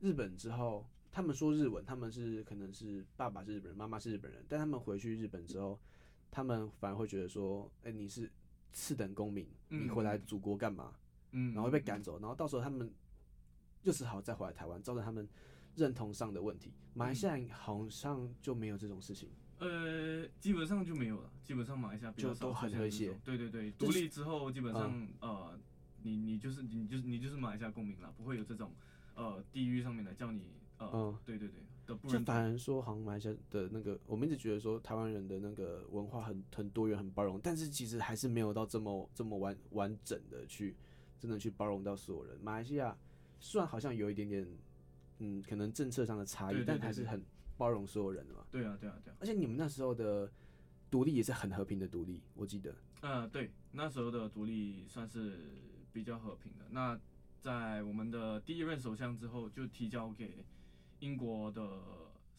日本之后，他们说日文，他们是可能是爸爸是日本人，妈妈是日本人，但他们回去日本之后，他们反而会觉得说，哎、你是次等公民，嗯你回来祖国干嘛？嗯，然后被嗯赶走，然后到时候他们又只好再回来台湾，造成他们认同上的问题。马来西亚好像就没有这种事情，呃，基本上就没有了，基本上马来西亚比较就少都出很现和这种谐对对对，就独是嗯立之后基本上、呃，你你就是你就是你就是马来西亚公民了，不会有这种呃地域上面来叫你呃，嗯对对对的不就认同，反而说好像马来西亚的那个，我们一直觉得说台湾人的那个文化很很多元、很包容，但是其实还是没有到这么这么完完整的去真的去包容到所有人。马来西亚虽然好像有一点点，嗯，可能政策上的差异，对对但对还是对很包容所有人的嘛。对啊对啊对啊，而且你们那时候的独立也是很和平的独立，我记得。呃对，那时候的独立算是比较和平的。那在我们的第一任首相之后，就提交给英国的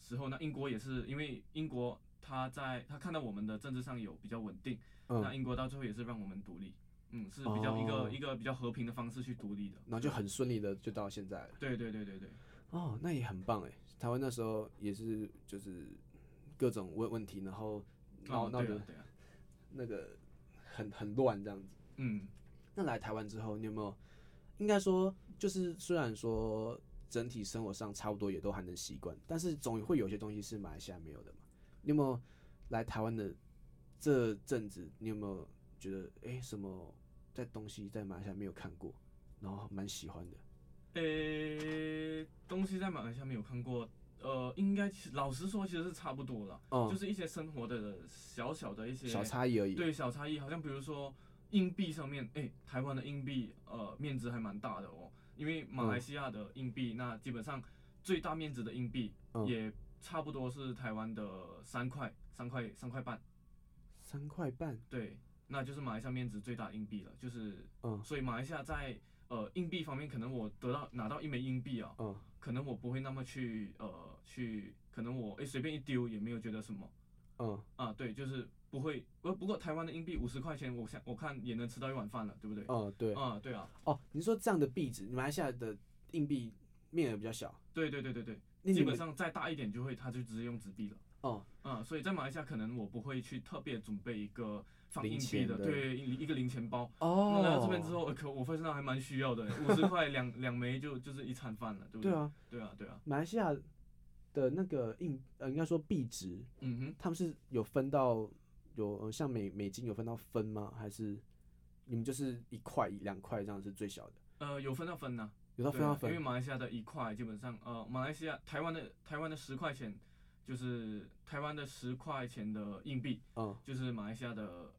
时候，那英国也是因为英国他在他看到我们的政治上有比较稳定。嗯，那然英国到最后也是让我们独立，嗯，是比较一个、哦一个比较和平的方式去独立的。后就很顺利的就到现在了。对对对对对，哦，那也很棒哎。台湾那时候也是就是各种问问题，然后闹哦闹对得啊对啊，那个很很乱这样子。嗯那来台湾之后，你有没有？应该说，就是虽然说整体生活上差不多也都还能习惯，但是总会有些东西是马来西亚没有的嘛。你有没有来台湾的这阵子，你有没有觉得哎、诶什么在东西在马来西亚没有看过，然后蛮喜欢的？诶，东西在马来西亚没有看过，呃，应该其实老实说其实是差不多了，哦、就是一些生活的小小的一些小差异而已。对小差异，好像比如说硬币上面，诶，台湾的硬币呃面值还蛮大的哦，因为马来西亚的硬币、那基本上最大面值的硬币、嗯也差不多是台湾的三块三块三块半。三块半，对，那就是马来西亚面值最大硬币了，就是，嗯所以马来西亚在呃硬币方面，可能我得到拿到一枚硬币啊，嗯，可能我不会那么去呃去，可能我诶哎随便一丢也没有觉得什么嗯，啊，对，就是不会，不不过台湾的硬币五十块钱，我想我看也能吃到一碗饭了，对不对？哦，对，啊，对啊，哦，你说这样的币值，马来西亚的硬币面额比较小，对对对对对，那你基们本上再大一点就会，他就直接用纸币了。哦，啊，所以在马来西亚可能我不会去特别准备一个放零硬币钱的，的对，一一个零钱包。哦那来到这边之，后，呃可我发现到还蛮需要的，五十块两两枚就就是一餐饭了，对不对对？啊，对啊，对啊，马来西亚的那个硬呃，应该说币值，嗯哼，他们是有分到有呃像美美金有分到分吗？还是你们就是一块一两块这样是最小的？呃，有分到分呐、有到对分到啊，因为分马来西亚的一块基本上，呃，马来西亚台湾的台湾的十块钱就是台湾的十块钱的硬币，嗯，就是马来西亚的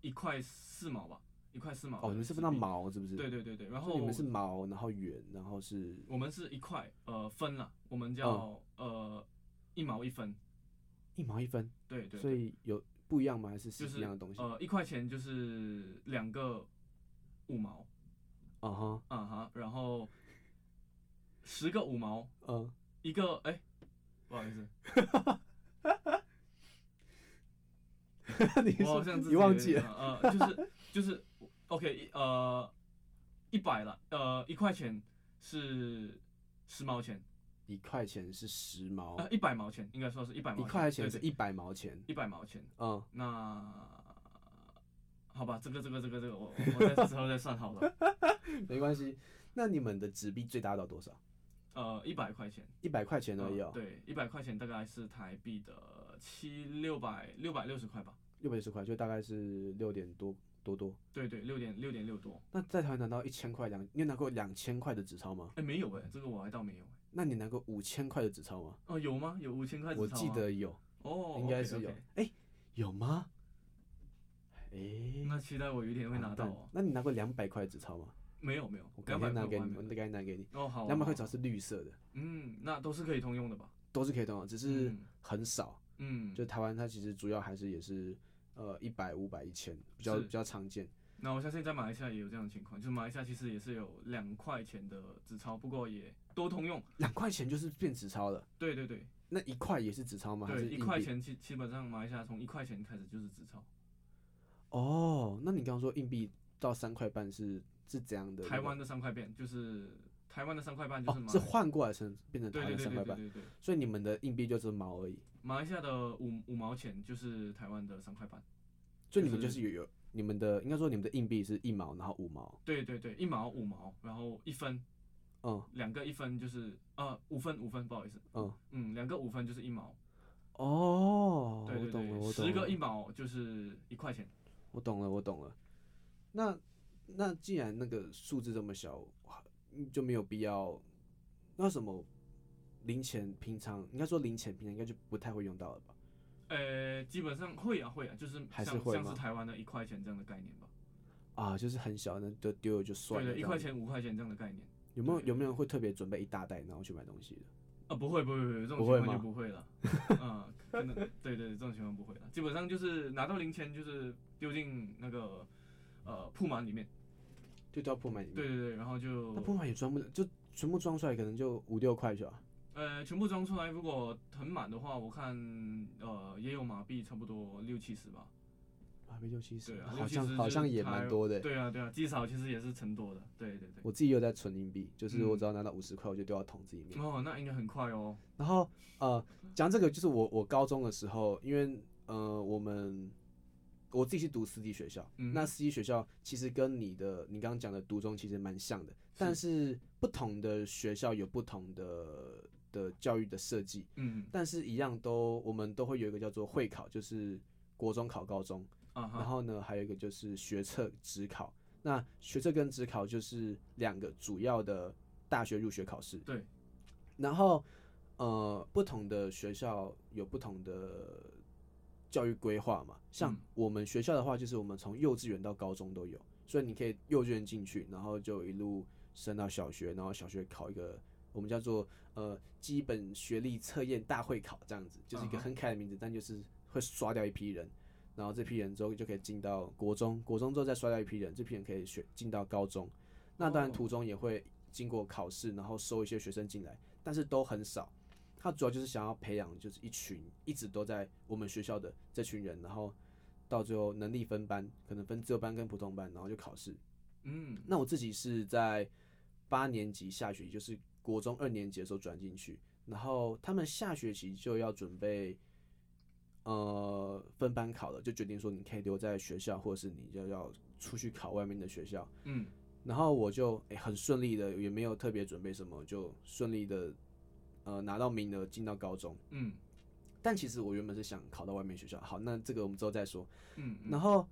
一块四毛吧，一块四毛。哦，你们是分到？毛是不是？呃对对对对，然所以后你们是毛，然后圆，然后是哦我们是一块呃分了，我们叫、呃一毛一分，一毛一分，对对所对，以有不一样吗？还是是就是一样的东西？呃，一块钱就是两个五毛，啊哈，啊哈，然后十个五毛，嗯，一个哎、不好意思， 你 我好说像自己你忘有记点了？呃，就是就是 OK 一呃一百了，呃一块钱是十毛钱，一块钱是十毛，呃一百毛钱应该说是一百毛一钱，块钱是对对一百毛钱，一百毛钱，嗯，那。好吧，这个这个这个这个，我我我在之后再算好了。没关系。那你们的纸币最大到多少？呃，一百块钱，一百块钱而已嗯哦，对，一百块钱大概是台币的七六百六百六十块吧。六百十块，就大概是六点多多多。对对，六点六点六多。那在台湾拿到一千块两，你有拿过两千块的纸钞吗？哎，没有哎，这个我还倒没有哎。那你拿过五千块的纸钞吗？哦，有吗？有五千块纸我钞记吗得有，哦，应该 OK，是有 OK。哎、有吗？哎、那期待我有一天会拿完到蛋哦。那你拿过两百块纸钞吗？没有没有啊我，改两百天拿块给我还你，没我有应该拿给你。哦，好啊，两百块纸找钞是绿色的，嗯，那都是可以通用的吧？都是可以动的，啊只是嗯很少。嗯，就台湾它其实主要还是也是呃一百、五百、一千，比较是比较常见。那我相信在马来西亚也有这样的情况，就是马来西亚其实也是有两块钱的纸钞，不过也都通用。两块钱就是变纸钞了，对对对那一块也是纸钞吗？还对，是一硬块币？钱基基本上马来西亚从一块钱开始就是纸钞。哦，那你刚刚说硬币到三块半是是怎样的那个？台湾的三块变就是台湾的三块半就是哦，马是来换过来成变成对台对湾对对三块对半，对对，所以你们的硬币就是毛而已，马来西亚的五五毛钱就是台湾的三块半。所以你们就就是是有有你们的应该说你们的硬币是一毛，然后五毛，对对对，一毛五毛，然后一分，嗯两个一分就是呃五分五分，不好意思，嗯，嗯，两个五分就是一毛，哦，对我对懂了，对，我懂了，十个一毛就是一块钱。我懂了，我懂了。那那既然那个数字这么小，哇就没有必要。那什么零钱平常应该说零钱平常应该就不太会用到了吧？呃，基本上会啊会啊，就是还像是会像吗是台湾的一块钱这样的概念吧，啊，就是很小，那就丢了就算对了。对，一这块样钱五块钱这样的 概念。有没有对对有没有人会特别准备一大袋然后去买东西的？啊，不会不会不会，这种不会情况就吗不会 了。嗯，可能对对对，这种情况不会了。基本上就是拿到零钱就是丢进那个呃铺满里面，就到铺满里面。对对对，然后就那铺满也装不了，就全部装出来可能就五六块去吧。呃全部装出来。如果很满的话，我看呃也有马币差不多六七十吧。还没六七十对，啊，好六七像十好就是像也台蛮多的。对啊对啊，至少其实也是成多的。对对对。我自己有在存硬币，就是我嗯只要拿到五十块，我就丢到桶子里面。哦，那应该很快哦。然后呃，讲这个就是我我高中的时候，因为呃我们我自己是读私立学校，嗯那私立学校其实跟你的你刚刚讲的读中其实蛮像的，但是不同的学校有不同的的教育的设计，嗯但是一样都我们都会有一个叫做会考，就是国中考高中，啊然哈，后呢还有一个就是学测职考，那学测跟职考就是两个主要的大学入学考试。对，然后呃，不同的学校有不同的教育规划嘛。像嗯我们学校的话，就是我们从幼稚园到高中都有，所以你可以幼稚园进去，然后就一路升到小学，然后小学考一个我们叫做呃基本学历测验大会考这样子，就是一嗯个哼很可爱的名字，但就是会刷掉一批人。然后这批人之后就可以进到国中，国中之后再刷掉一批人，这批人可以选进到高中。那当然哦途中也会经过考试，然后收一些学生进来，但是都很少。他主要就是想要培养，就是一群一直都在我们学校的这群人，然后到最后能力分班，可能分自由班跟普通班，然后就考试。嗯那我自己是在八年级下学期，就是国中二年级的时候转进去，然后他们下学期就要准备呃分班考了，就决定说你可以留在学校，或者是你就要出去考外面的学校。嗯然后我就、诶很顺利的，也没有特别准备什么，就顺利的呃拿到名额进到高中。嗯但其实我原本是想考到外面学校，好，那这个我们之后再说。嗯，然后后，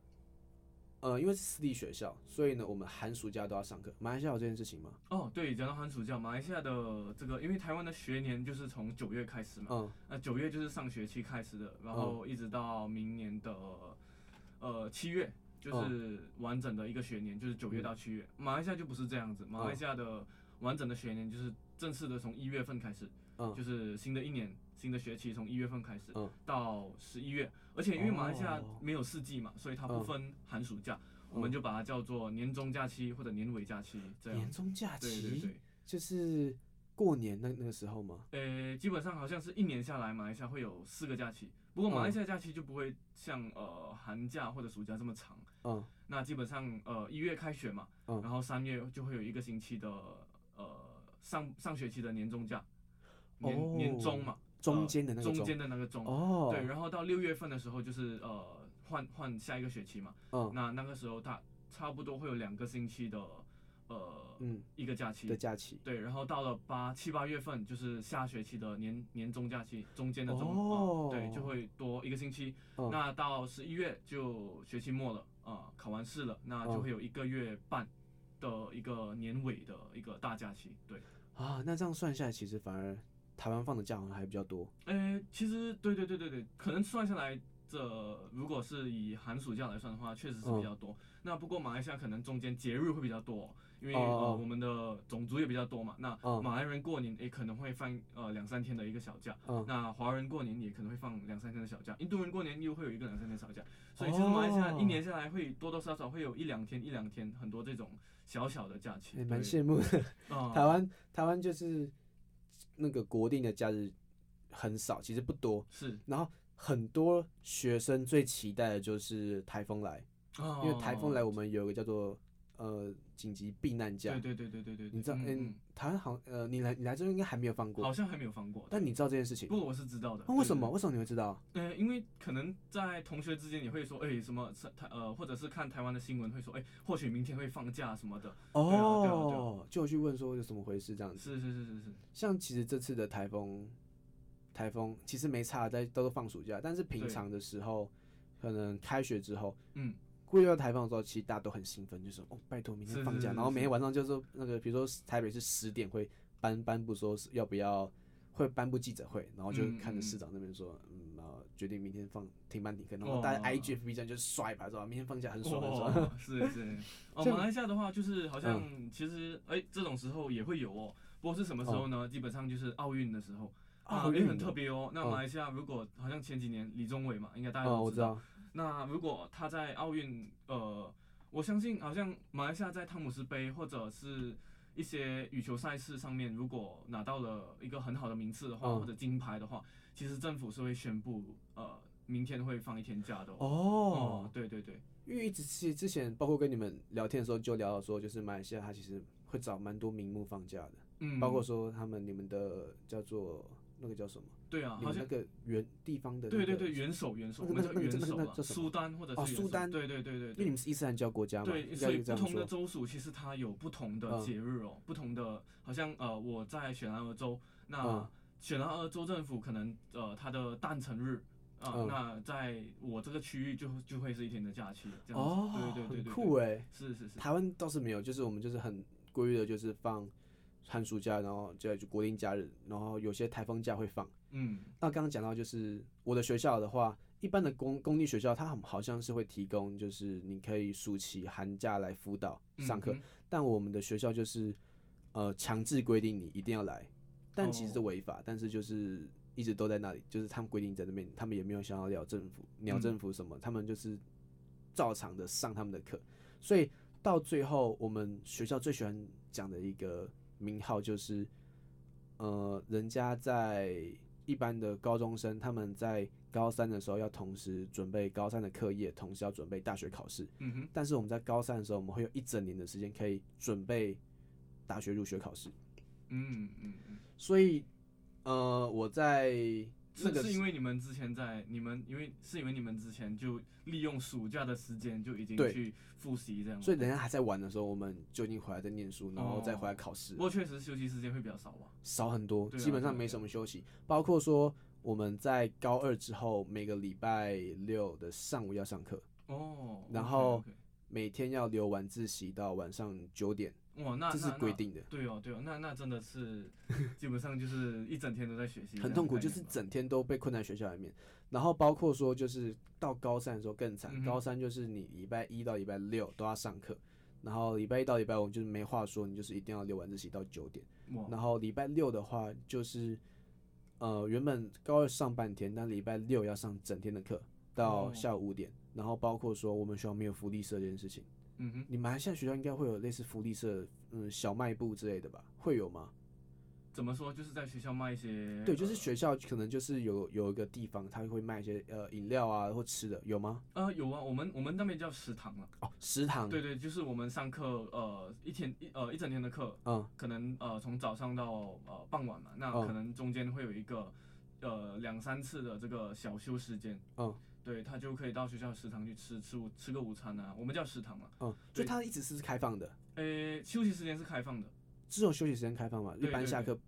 呃，因为是私立学校，所以呢，我们寒暑假都要上课。马来西亚有这件事情吗？哦对，讲到寒暑假，马来西亚的这个，因为台湾的学年就是从九月开始嘛，嗯，那九月就是上学期开始的，然哦后一直到明年的呃七月，哦就是完整的一个学年，就是嗯九月到七月。马来西亚就不是这样子，哦马来西亚的完整的学年就是正式的从一月份开始，嗯就是新的一年新的学期从一月份开始嗯到十一月，而且因为马来西亚哦没有四季嘛，所以它不嗯分寒暑假，我嗯们就把它叫做年终假期或者年尾假期这样年。终假对对期对，就是过年那那个时候吗？呃，基本上好像是一年下来，马来西亚会有四个假期，不过马来西亚假期就不会像呃寒假或者暑假这么长。嗯，那基本上呃一月开学嘛，嗯然后三月就会有一个星期的呃上上学期的年终假，年、哦年中嘛，中间的那个呃中中间的那个中，哦，对，然后到六月份的时候就是呃换换下一个学期嘛，嗯那那个时候它差不多会有两个星期的呃、嗯一个假期的，假期，对，然后到了八七八月份，就是下学期的年年终假期中间的中、哦啊对，就会多一个星期。嗯那到十一月就学期末了啊、考完试了，那就嗯会有一个月半的一个年尾的一个大假期。对，啊，那这样算下来，其实反而台湾放的假好像还比较多。呃，其实对对对对对，可能算下来。这如果是以寒暑假来算的话，确实是比嗯较多。那不过马来西亚可能中间节日会比较多，因为、哦呃哦我们的种族也比较多嘛。那嗯马来人过年也可能会放呃两三天的一个小假，嗯，那华人过年也可能会放两三天的小假，印度人过年又会有一个两三天小假，所以其实马来西亚哦一年下来会多多少少会有一两天一两天很多这种小小的假期，也蛮对羡慕的。 啊台湾台湾就是那个国定的假日很少，其实不多。是，然后很多学生最期待的就是台风来，因因为台风来，我们有一个叫做呃紧急避难假哦对。对对对对对，你知道，嗯嗯，台湾好，呃，你来你来这边应该还没有放嗯好过，像还没有放过，但你知道这件事情？不过我是知道的，那为什么？为什么你会知道？对？对对呃，因为可能在同学之间也会说，哎，什么是台呃，或者是看台湾的新闻会说，哎，或许明天会放假什么的，对啊对啊对啊哦，就有去问说有怎么回事这样子。是是是是是，像其实这次的台风，台风其实没差，在都是放暑假，但是平对常的时候，可能开学之后，嗯，过遇到台风的时候，其实大家都很兴奋，就说哦，拜托明是天放是假，是然后每是天晚上就是那个，比如说台北是十点会颁颁布说是要不要。会颁布记者会，然后就嗯看着嗯市长那边说，嗯，然后决定明天放停班停课，然后大家哇 IGFB 这样就刷一把，说明天放假很爽很爽。 哦，是是，哦，这样嗯马来西亚的话就是好像其实哎、这种时候也会有哦，不过是什么时候呢？基本上就是奥运的时候，啊，也很哦运特动别哦。那嗯马来西亚如果好像前几年李宗伟嘛，应该大家哦，都我知道，那如果他在奥运，呃，我相信好像马来西亚在汤姆斯杯或者是一些羽球赛事上面，如果拿到了一个很好的名次的话，嗯或者金牌的话，其实政府是会宣布呃明天会放一天假的哦。哦哦，对对对，因为一直是之前包括跟你们聊天的时候就聊到说，就是马来西亚它其实会找蛮多名目放假的，嗯，包括说他们你们的叫做那个叫什么，对啊，你好们像那个原地方的、那对个，对对，，元首元首，我那个们叫那个元那个首那个了叫，什么苏丹或者是哦元首苏丹对对对对因为你对。们是伊斯兰教国家嘛，对，应所该以是这不样同的说。州属其实它有不同的嗯节日哦，不同的，好像呃，我在雪兰莪州，那嗯雪兰莪州政府可能呃它的诞辰日啊，嗯那在我这个区域就就会是一天的假期，这样子，哦，对对对对，很对酷，哎。是是是，台湾倒是没有，就是我们就是很规律的，就是放寒暑假，然后就就国定假日，然后有些台风假会放。嗯，那刚刚讲到，就是我的学校的话，一般的公公立学校，它好好像是会提供，就是你可以暑期、寒假来辅导嗯上课，嗯但我们的学校就是呃强制规定你一定要来，但其实是哦违法，但是就是一直都在那里，就是他们规定在那边，他们也没有想要聊政府、鸟嗯政府什么，他们就是照常的上他们的课，所以到最后，我们学校最喜欢讲的一个名号就是，呃，人家在一般的高中生，他们在高三的时候要同时准备高三的课业，同时要准备大学考试。嗯哼，但是我们在高三的时候，我们会有一整年的时间可以准备大学入学考试。嗯嗯嗯，所以，呃，我在那是个是因为你们之前在你们因为是因为你们之前就利用暑假的时间就已经对去复习这样，所以人家还在玩的时候，我们就已经回来在念书，然后再哦回来考试不。过确实休息时间会比较少吧，少很多，对啊基本对上啊没对什啊么休息。包括说我们在高二之后，每个礼拜六的上午要上课，哦，然后 OK，OK 每天要留晚自习到晚上九点，哇，那这是那那规定的，对哦，对哦，那那真的是基本上就是一整天都在学习，很痛苦，就是这样整天都被困在学校里面。然后包括说，就是到高三的时候更惨，嗯哼高三就是你礼拜一到礼拜六都要上课。然后礼拜一到礼拜五就是没哦话说，你就是一定要留晚自习到九点。的概念吧然后礼拜六的话，就是呃原本高二上半天，但礼拜六要上整天的课到哦下午五点，然后包括说我们学校没有福利社这件事情，嗯哼，你们还现在学校应该会有类似福利社，嗯，小卖部之类的吧？会有吗？怎么说？就是在学校卖一些，对，就是呃学校可能就是有有一个地方，它会卖一些呃饮料啊或吃的，有吗？呃，有啊，我们我们那边叫食堂了。哦，食堂，对，对，就是我们上课呃一天一呃一整天的课，嗯，可能呃从早上到呃傍晚嘛，那嗯可能中间会有一个呃两三次的这个小休时间。嗯。对他就可以到学校食堂去吃吃午吃个午餐啊，我们叫食堂嘛。嗯，就对它一直是开放的，呃，休息时间是开放的。只有休息时间开放嘛，一对般对下对课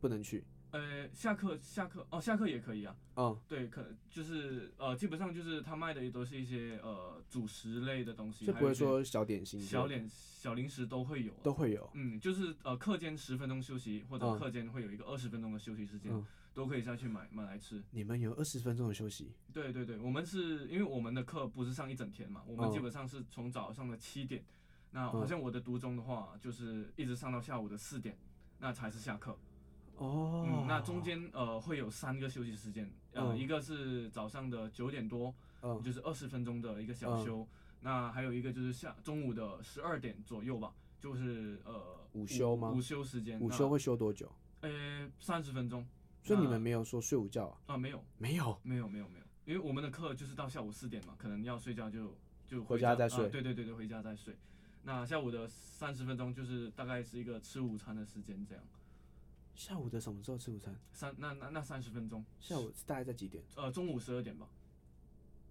不能去。呃，下课下课哦，下课也可以啊。嗯，对，可就是呃，基本上就是他卖的也都是一些呃主食类的东西，就还不有会一些说小点心之类的，小点小零食都会有、啊。都会有。嗯，就是呃课间十分钟休息，或者嗯课间会有一个二十分钟的休息时间，嗯都可以再去买买来吃。你们有二十分钟的休息，对对对，我们是因为我们的课不是上一整天嘛，我们嗯基本上是从早上的七点，那好像我的读中的话，就是一直上到下午的四点，那才是下课。哦、嗯，那中，间呃会有三个休息时间，呃、嗯一个是早上的九点多，嗯，就是二十分钟的一个小嗯休，那还有一个就是下中午的十二点左右吧，就是呃午休吗午休时间，午休会休多久？那呃三十分钟所以你那们没有说睡午觉啊？啊、没有没有，没有没有没有，因为我们的课就是到下午四点嘛，可能要睡觉就就回家家再啊睡对对对对，回家再睡。那下午的三十分钟就是大概是一个吃午餐的时间，这样下午的什么时候吃午餐？三那那那三十分钟，下午大概在几点？呃中午十二点吧。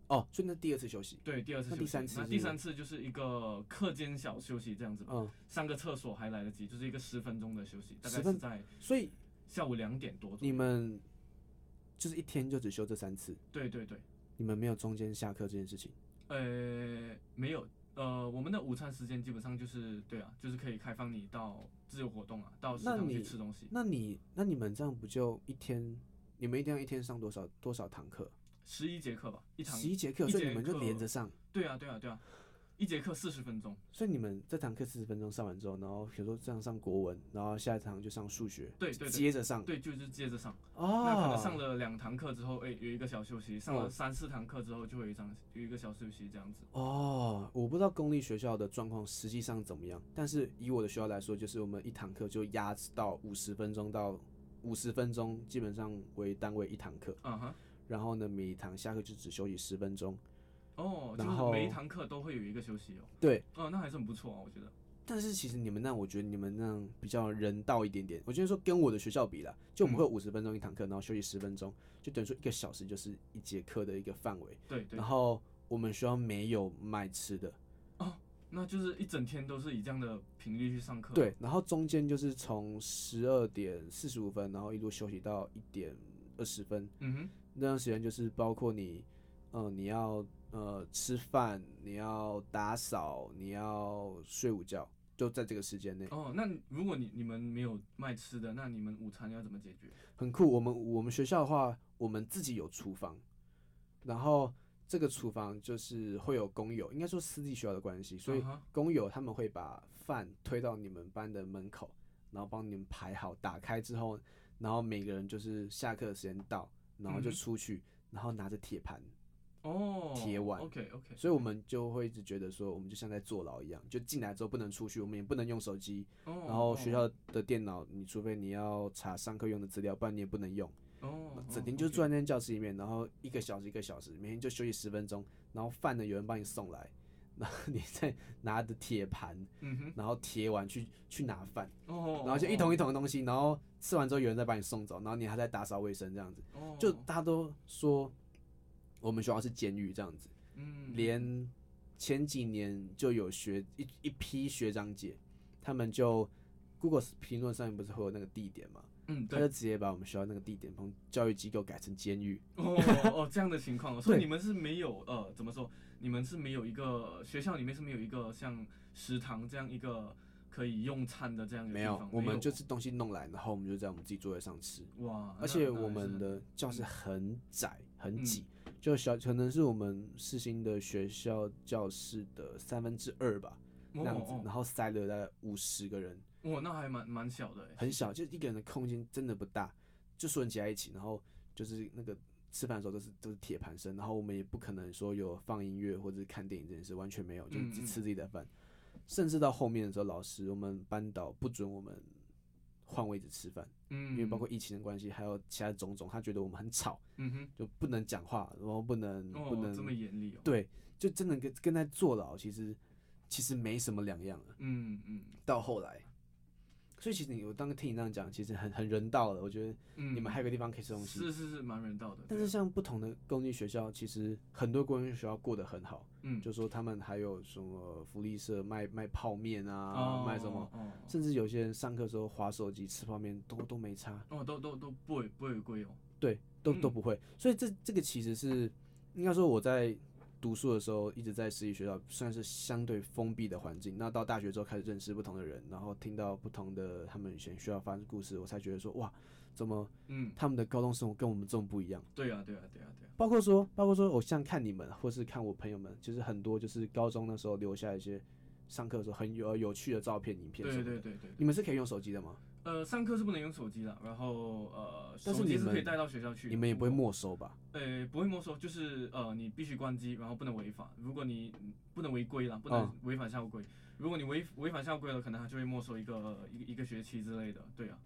哦，所以那第二次休息，对，第二次那休第息。三次那是第三次就是一个课间小休息这样子吧，嗯，上个厕所还来得及，就是一个十分钟的休息，大10概分是在所以下午两点多左你右。们就是一天就只休这三次，对对对，你们没有中间下课这件事情。呃，没有，呃，我们的午餐时间基本上就是对啊，就是可以开放你到自由活动啊，到食那堂去你吃东西。那你那你们这样不就一天？你们一定要一天上多少多少堂课？十一节课吧，一堂十。一节课，一所以你节们就课连着上。对啊对啊对啊，一节课四十分钟。所以你们这堂课四十分钟上完之后，然后比如说这样上国文，然后下一堂就上数学，对对对。接着上。对，就是接着上。哦，那可能上了两堂课之后，哎、有一个小休息；上了嗯三四堂课之后，就会有一张有一个小休息这样子。哦，我不知道公立学校的状况实际上怎么样，但是以我的学校来说，就是我们一堂课就压到五十分钟到五十分钟，基本上为单位一堂课。嗯哼。然后呢，每一堂下课就只休息十分钟。哦，就然是每一后堂课都会有一个休息哦。对，哦，那还是很不错啊，我觉得。但是其实你们那，我觉得你们那样比较人道一点点。我觉得说跟我的学校比啦，就我嗯们会五十分钟一堂课，然后休息十分钟，就等于说一个小时就是一节课的一个范围。对对然，后我们学校没有卖吃的，那就是一整天都是以这样的频率去上课。对，然后中间就是从十二点四十五分，然后一路休息到一点二十分，嗯哼，那段时间就是包括你，呃，你要呃吃饭，你要打扫，你要睡午觉，就在这个时间内，哦，那你如果你你们没有卖吃的，那你们午餐要怎么解决？很酷。我们我们学校的话，我们自己有厨房，然后这个厨房就是会有工友，应该说私立学校的关系，所以嗯哼工友他们会把饭推到你们班的门口，然后帮你们排好，打开之后，然后每个人就是下课的时间到，然后嗯就哼出去，然后拿着铁盘，哦，铁碗 OK OK，所以我们就会一直觉得说，我们就像在坐牢一样，就进来之后不能出去，我们也不能用手机，哦，然后哦学校的电脑，你除非你要查上课用的资料，不然你也不能用，哦，整哦天就 OK 坐在那间教室里面，然后一个小时一个小时，每天就休息十分钟，然后饭呢有人帮你送来，然后 你再拿着铁盘。嗯哼，然后贴完去去拿饭，哦，然后就一桶一，一桶的东西，然后吃完之后有人再把你送走，然后你还在打扫卫生这样子，哦就大家都说我们学校是监狱这样子，嗯，连前几年就有学一一批学长姐，他们就 Google 评论上面不是会有那个地点嘛，嗯他就对，直接把我们学校那个地点从教育机构改成监狱，哦哦哦这样的情况哦，所以对你们是没有呃怎么说？你们是没有一个学校里面是没有一个像食堂这样一个可以用餐的这样一个没地有方，我们哦就是东西弄来，然后我们就在我们自己座位上吃，哇，而那且那我还们是的教室嗯很窄很挤，就小可能是我们世新的学校教室的三分之二吧，那样子哦，然后塞了大概五十个人，哦哦，哇，那还蛮蛮小的欸，很小，就一个人的空间真的不大，就所有人挤在一起，然后就是那个吃饭的时候都是都是铁盘声，然后我们也不可能说有放音乐或者是看电影这件事，完全没有，就是嗯只嗯吃自己的饭。甚至到后面的时候，老师我们班导不准我们换位置吃饭，嗯，因为包括疫情的关系，还有其他种种，他觉得我们很吵，嗯哼，就不能讲话，然后不能嗯不哦，能这么严厉哦，对，就真的跟跟在坐牢其实其实没什么两样啊了。嗯嗯到后来，所以其实你我当听你这样讲，其实很很人道的。我觉得嗯，你们还有个地方可以吃东西，是是是蛮人道的，但对是啊像不同的公立学校，其实很多公立学校过得很好，嗯就说他们还有什么福利社卖卖泡面啊，哦卖什么，哦甚至有些人上课的时候划手机吃泡面都都没差，哦都都都不会不会贵哦，对，都都嗯不会。所以这这个其实是应该说我在读书的时候一直在私立学校，算是相对封闭的环境。那到大学之后开始认识不同的人，然后听到不同的他们以前学校发生的故事，我才觉得说哇，怎么嗯，他们的高中生活跟我们这么不一样？对啊对啊对啊对啊，包括说，包括说，我像看你们，或是看我朋友们，就是很多就是高中的时候留下一些上课的时候很有有趣的照片、影片什么对的。对对对对，你们是可以用手机的吗？呃，上课是不能用手机的，然后呃，但是手机你是可以们带到学校去的，你们也不会过没收吧？呃，不会没收，就是呃，你必须关机，然后不能违法。如果你不能违规啦，不能嗯违反校规。如果你违违反校规了，可能他就会没收一个一个一个学期之类的。对啊，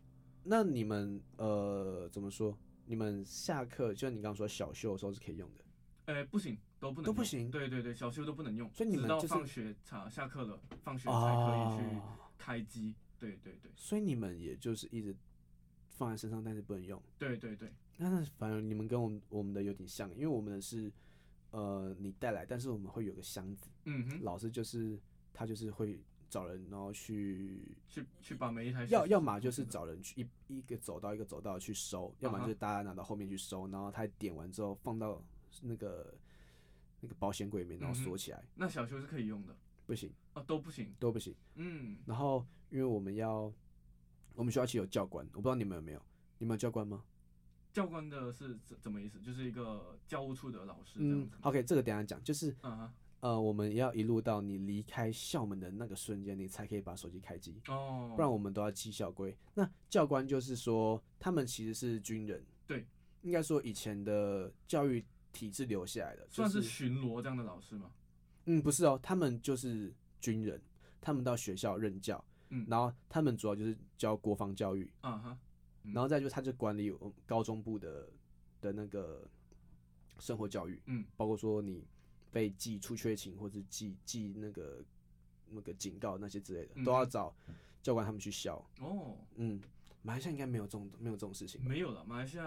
那你们呃怎么说？你们下课，就像你刚刚说小休的时候是可以用的，呃，不行，都不能都不用行对对对，小休都不能用，所以你直们到就是哦放学查下课了，放学才啊可以去开机。对对对呃所以你们也就是一直放在身上，但是不能用。对对对，那那反而你们跟我们我们的有点像，因为我们的是呃你带来，但是我们会有个箱子，嗯哼，老师就是他就是会找人，然后去去去把每一台要学要么就是的找人去一一个走道一个走道去收，要么啊哈就是大家拿到后面去收，然后他点完之后放到那个那个保险柜里面，然后嗯哼锁起来，那小休是可以用的不行啊，都不行。都不行。嗯，然后因为我们要，我们学校其实有教官，我不知道你们有没有，你们有教官吗？教官的是怎怎么意思？就是一个教务处的老师这样嗯子吗。 ，OK，这个等一下讲，就是嗯哼呃，我们要一路到你离开校门的那个瞬间，你才可以把手机开机，哦，不然我们都要记校规。那教官就是说，他们其实是军人，对，应该说以前的教育体制留下来的，就算是巡逻这样的老师吗？嗯，不是哦，他们就是军人，他们到学校任教，嗯然后他们主要就是教国防教育。啊哈，嗯然后再就是他就管理我们高中部的的那个生活教育，嗯，包括说你被记出缺勤或者记记那个那个警告那些之类的，都嗯要找教官他们去消。哦，嗯，马来西亚应该没有这种没有这种事情吧，没有了。马来西亚，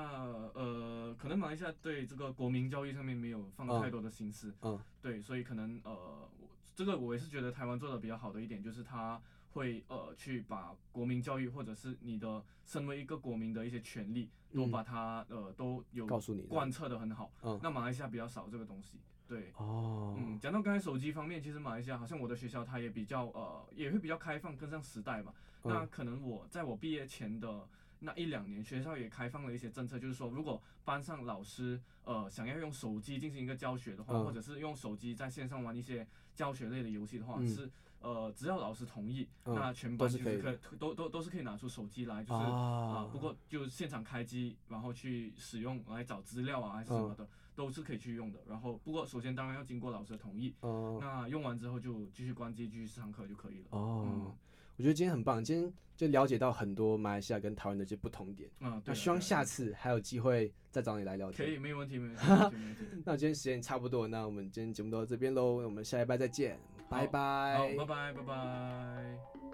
呃，可能马来西亚对这个国民教育上面没有放嗯太多的心思，嗯，对，所以可能呃，我这个我也是觉得台湾做的比较好的一点就是它会呃去把国民教育或者是你的身为一个国民的一些权利都嗯把它、呃都有告诉你的贯彻的很好。嗯那马来西亚比较少这个东西，对。哦，嗯，讲到刚才手机方面，其实马来西亚好像我的学校它也比较呃，也会比较开放，跟上时代吧。嗯那可能我在我毕业前的那一两年，学校也开放了一些政策，就是说如果班上老师呃想要用手机进行一个教学的话，嗯或者是用手机在线上玩一些教学类的游戏的话，嗯是呃只要老师同意，嗯那全都班是其实可以可都都都是可以拿出手机来，就是啊、啊不过就现场开机，然后去使用来找资料啊，还是什么的，嗯都是可以去用的。然后，不过首先当然要经过老师的同意，嗯那用完之后就继续关机，继续上课就可以了。哦。嗯我觉得今天很棒，今天就了解到很多马来西亚跟台湾的一些不同点。嗯，那对啊，希望对啊下次还有机会再找你来聊可天。以，没有问题，没有问题，没有问题没有 问题。那今天时间差不多，那我们今天节目到这边喽，那我们下礼拜再见，好，拜拜。拜拜，拜拜。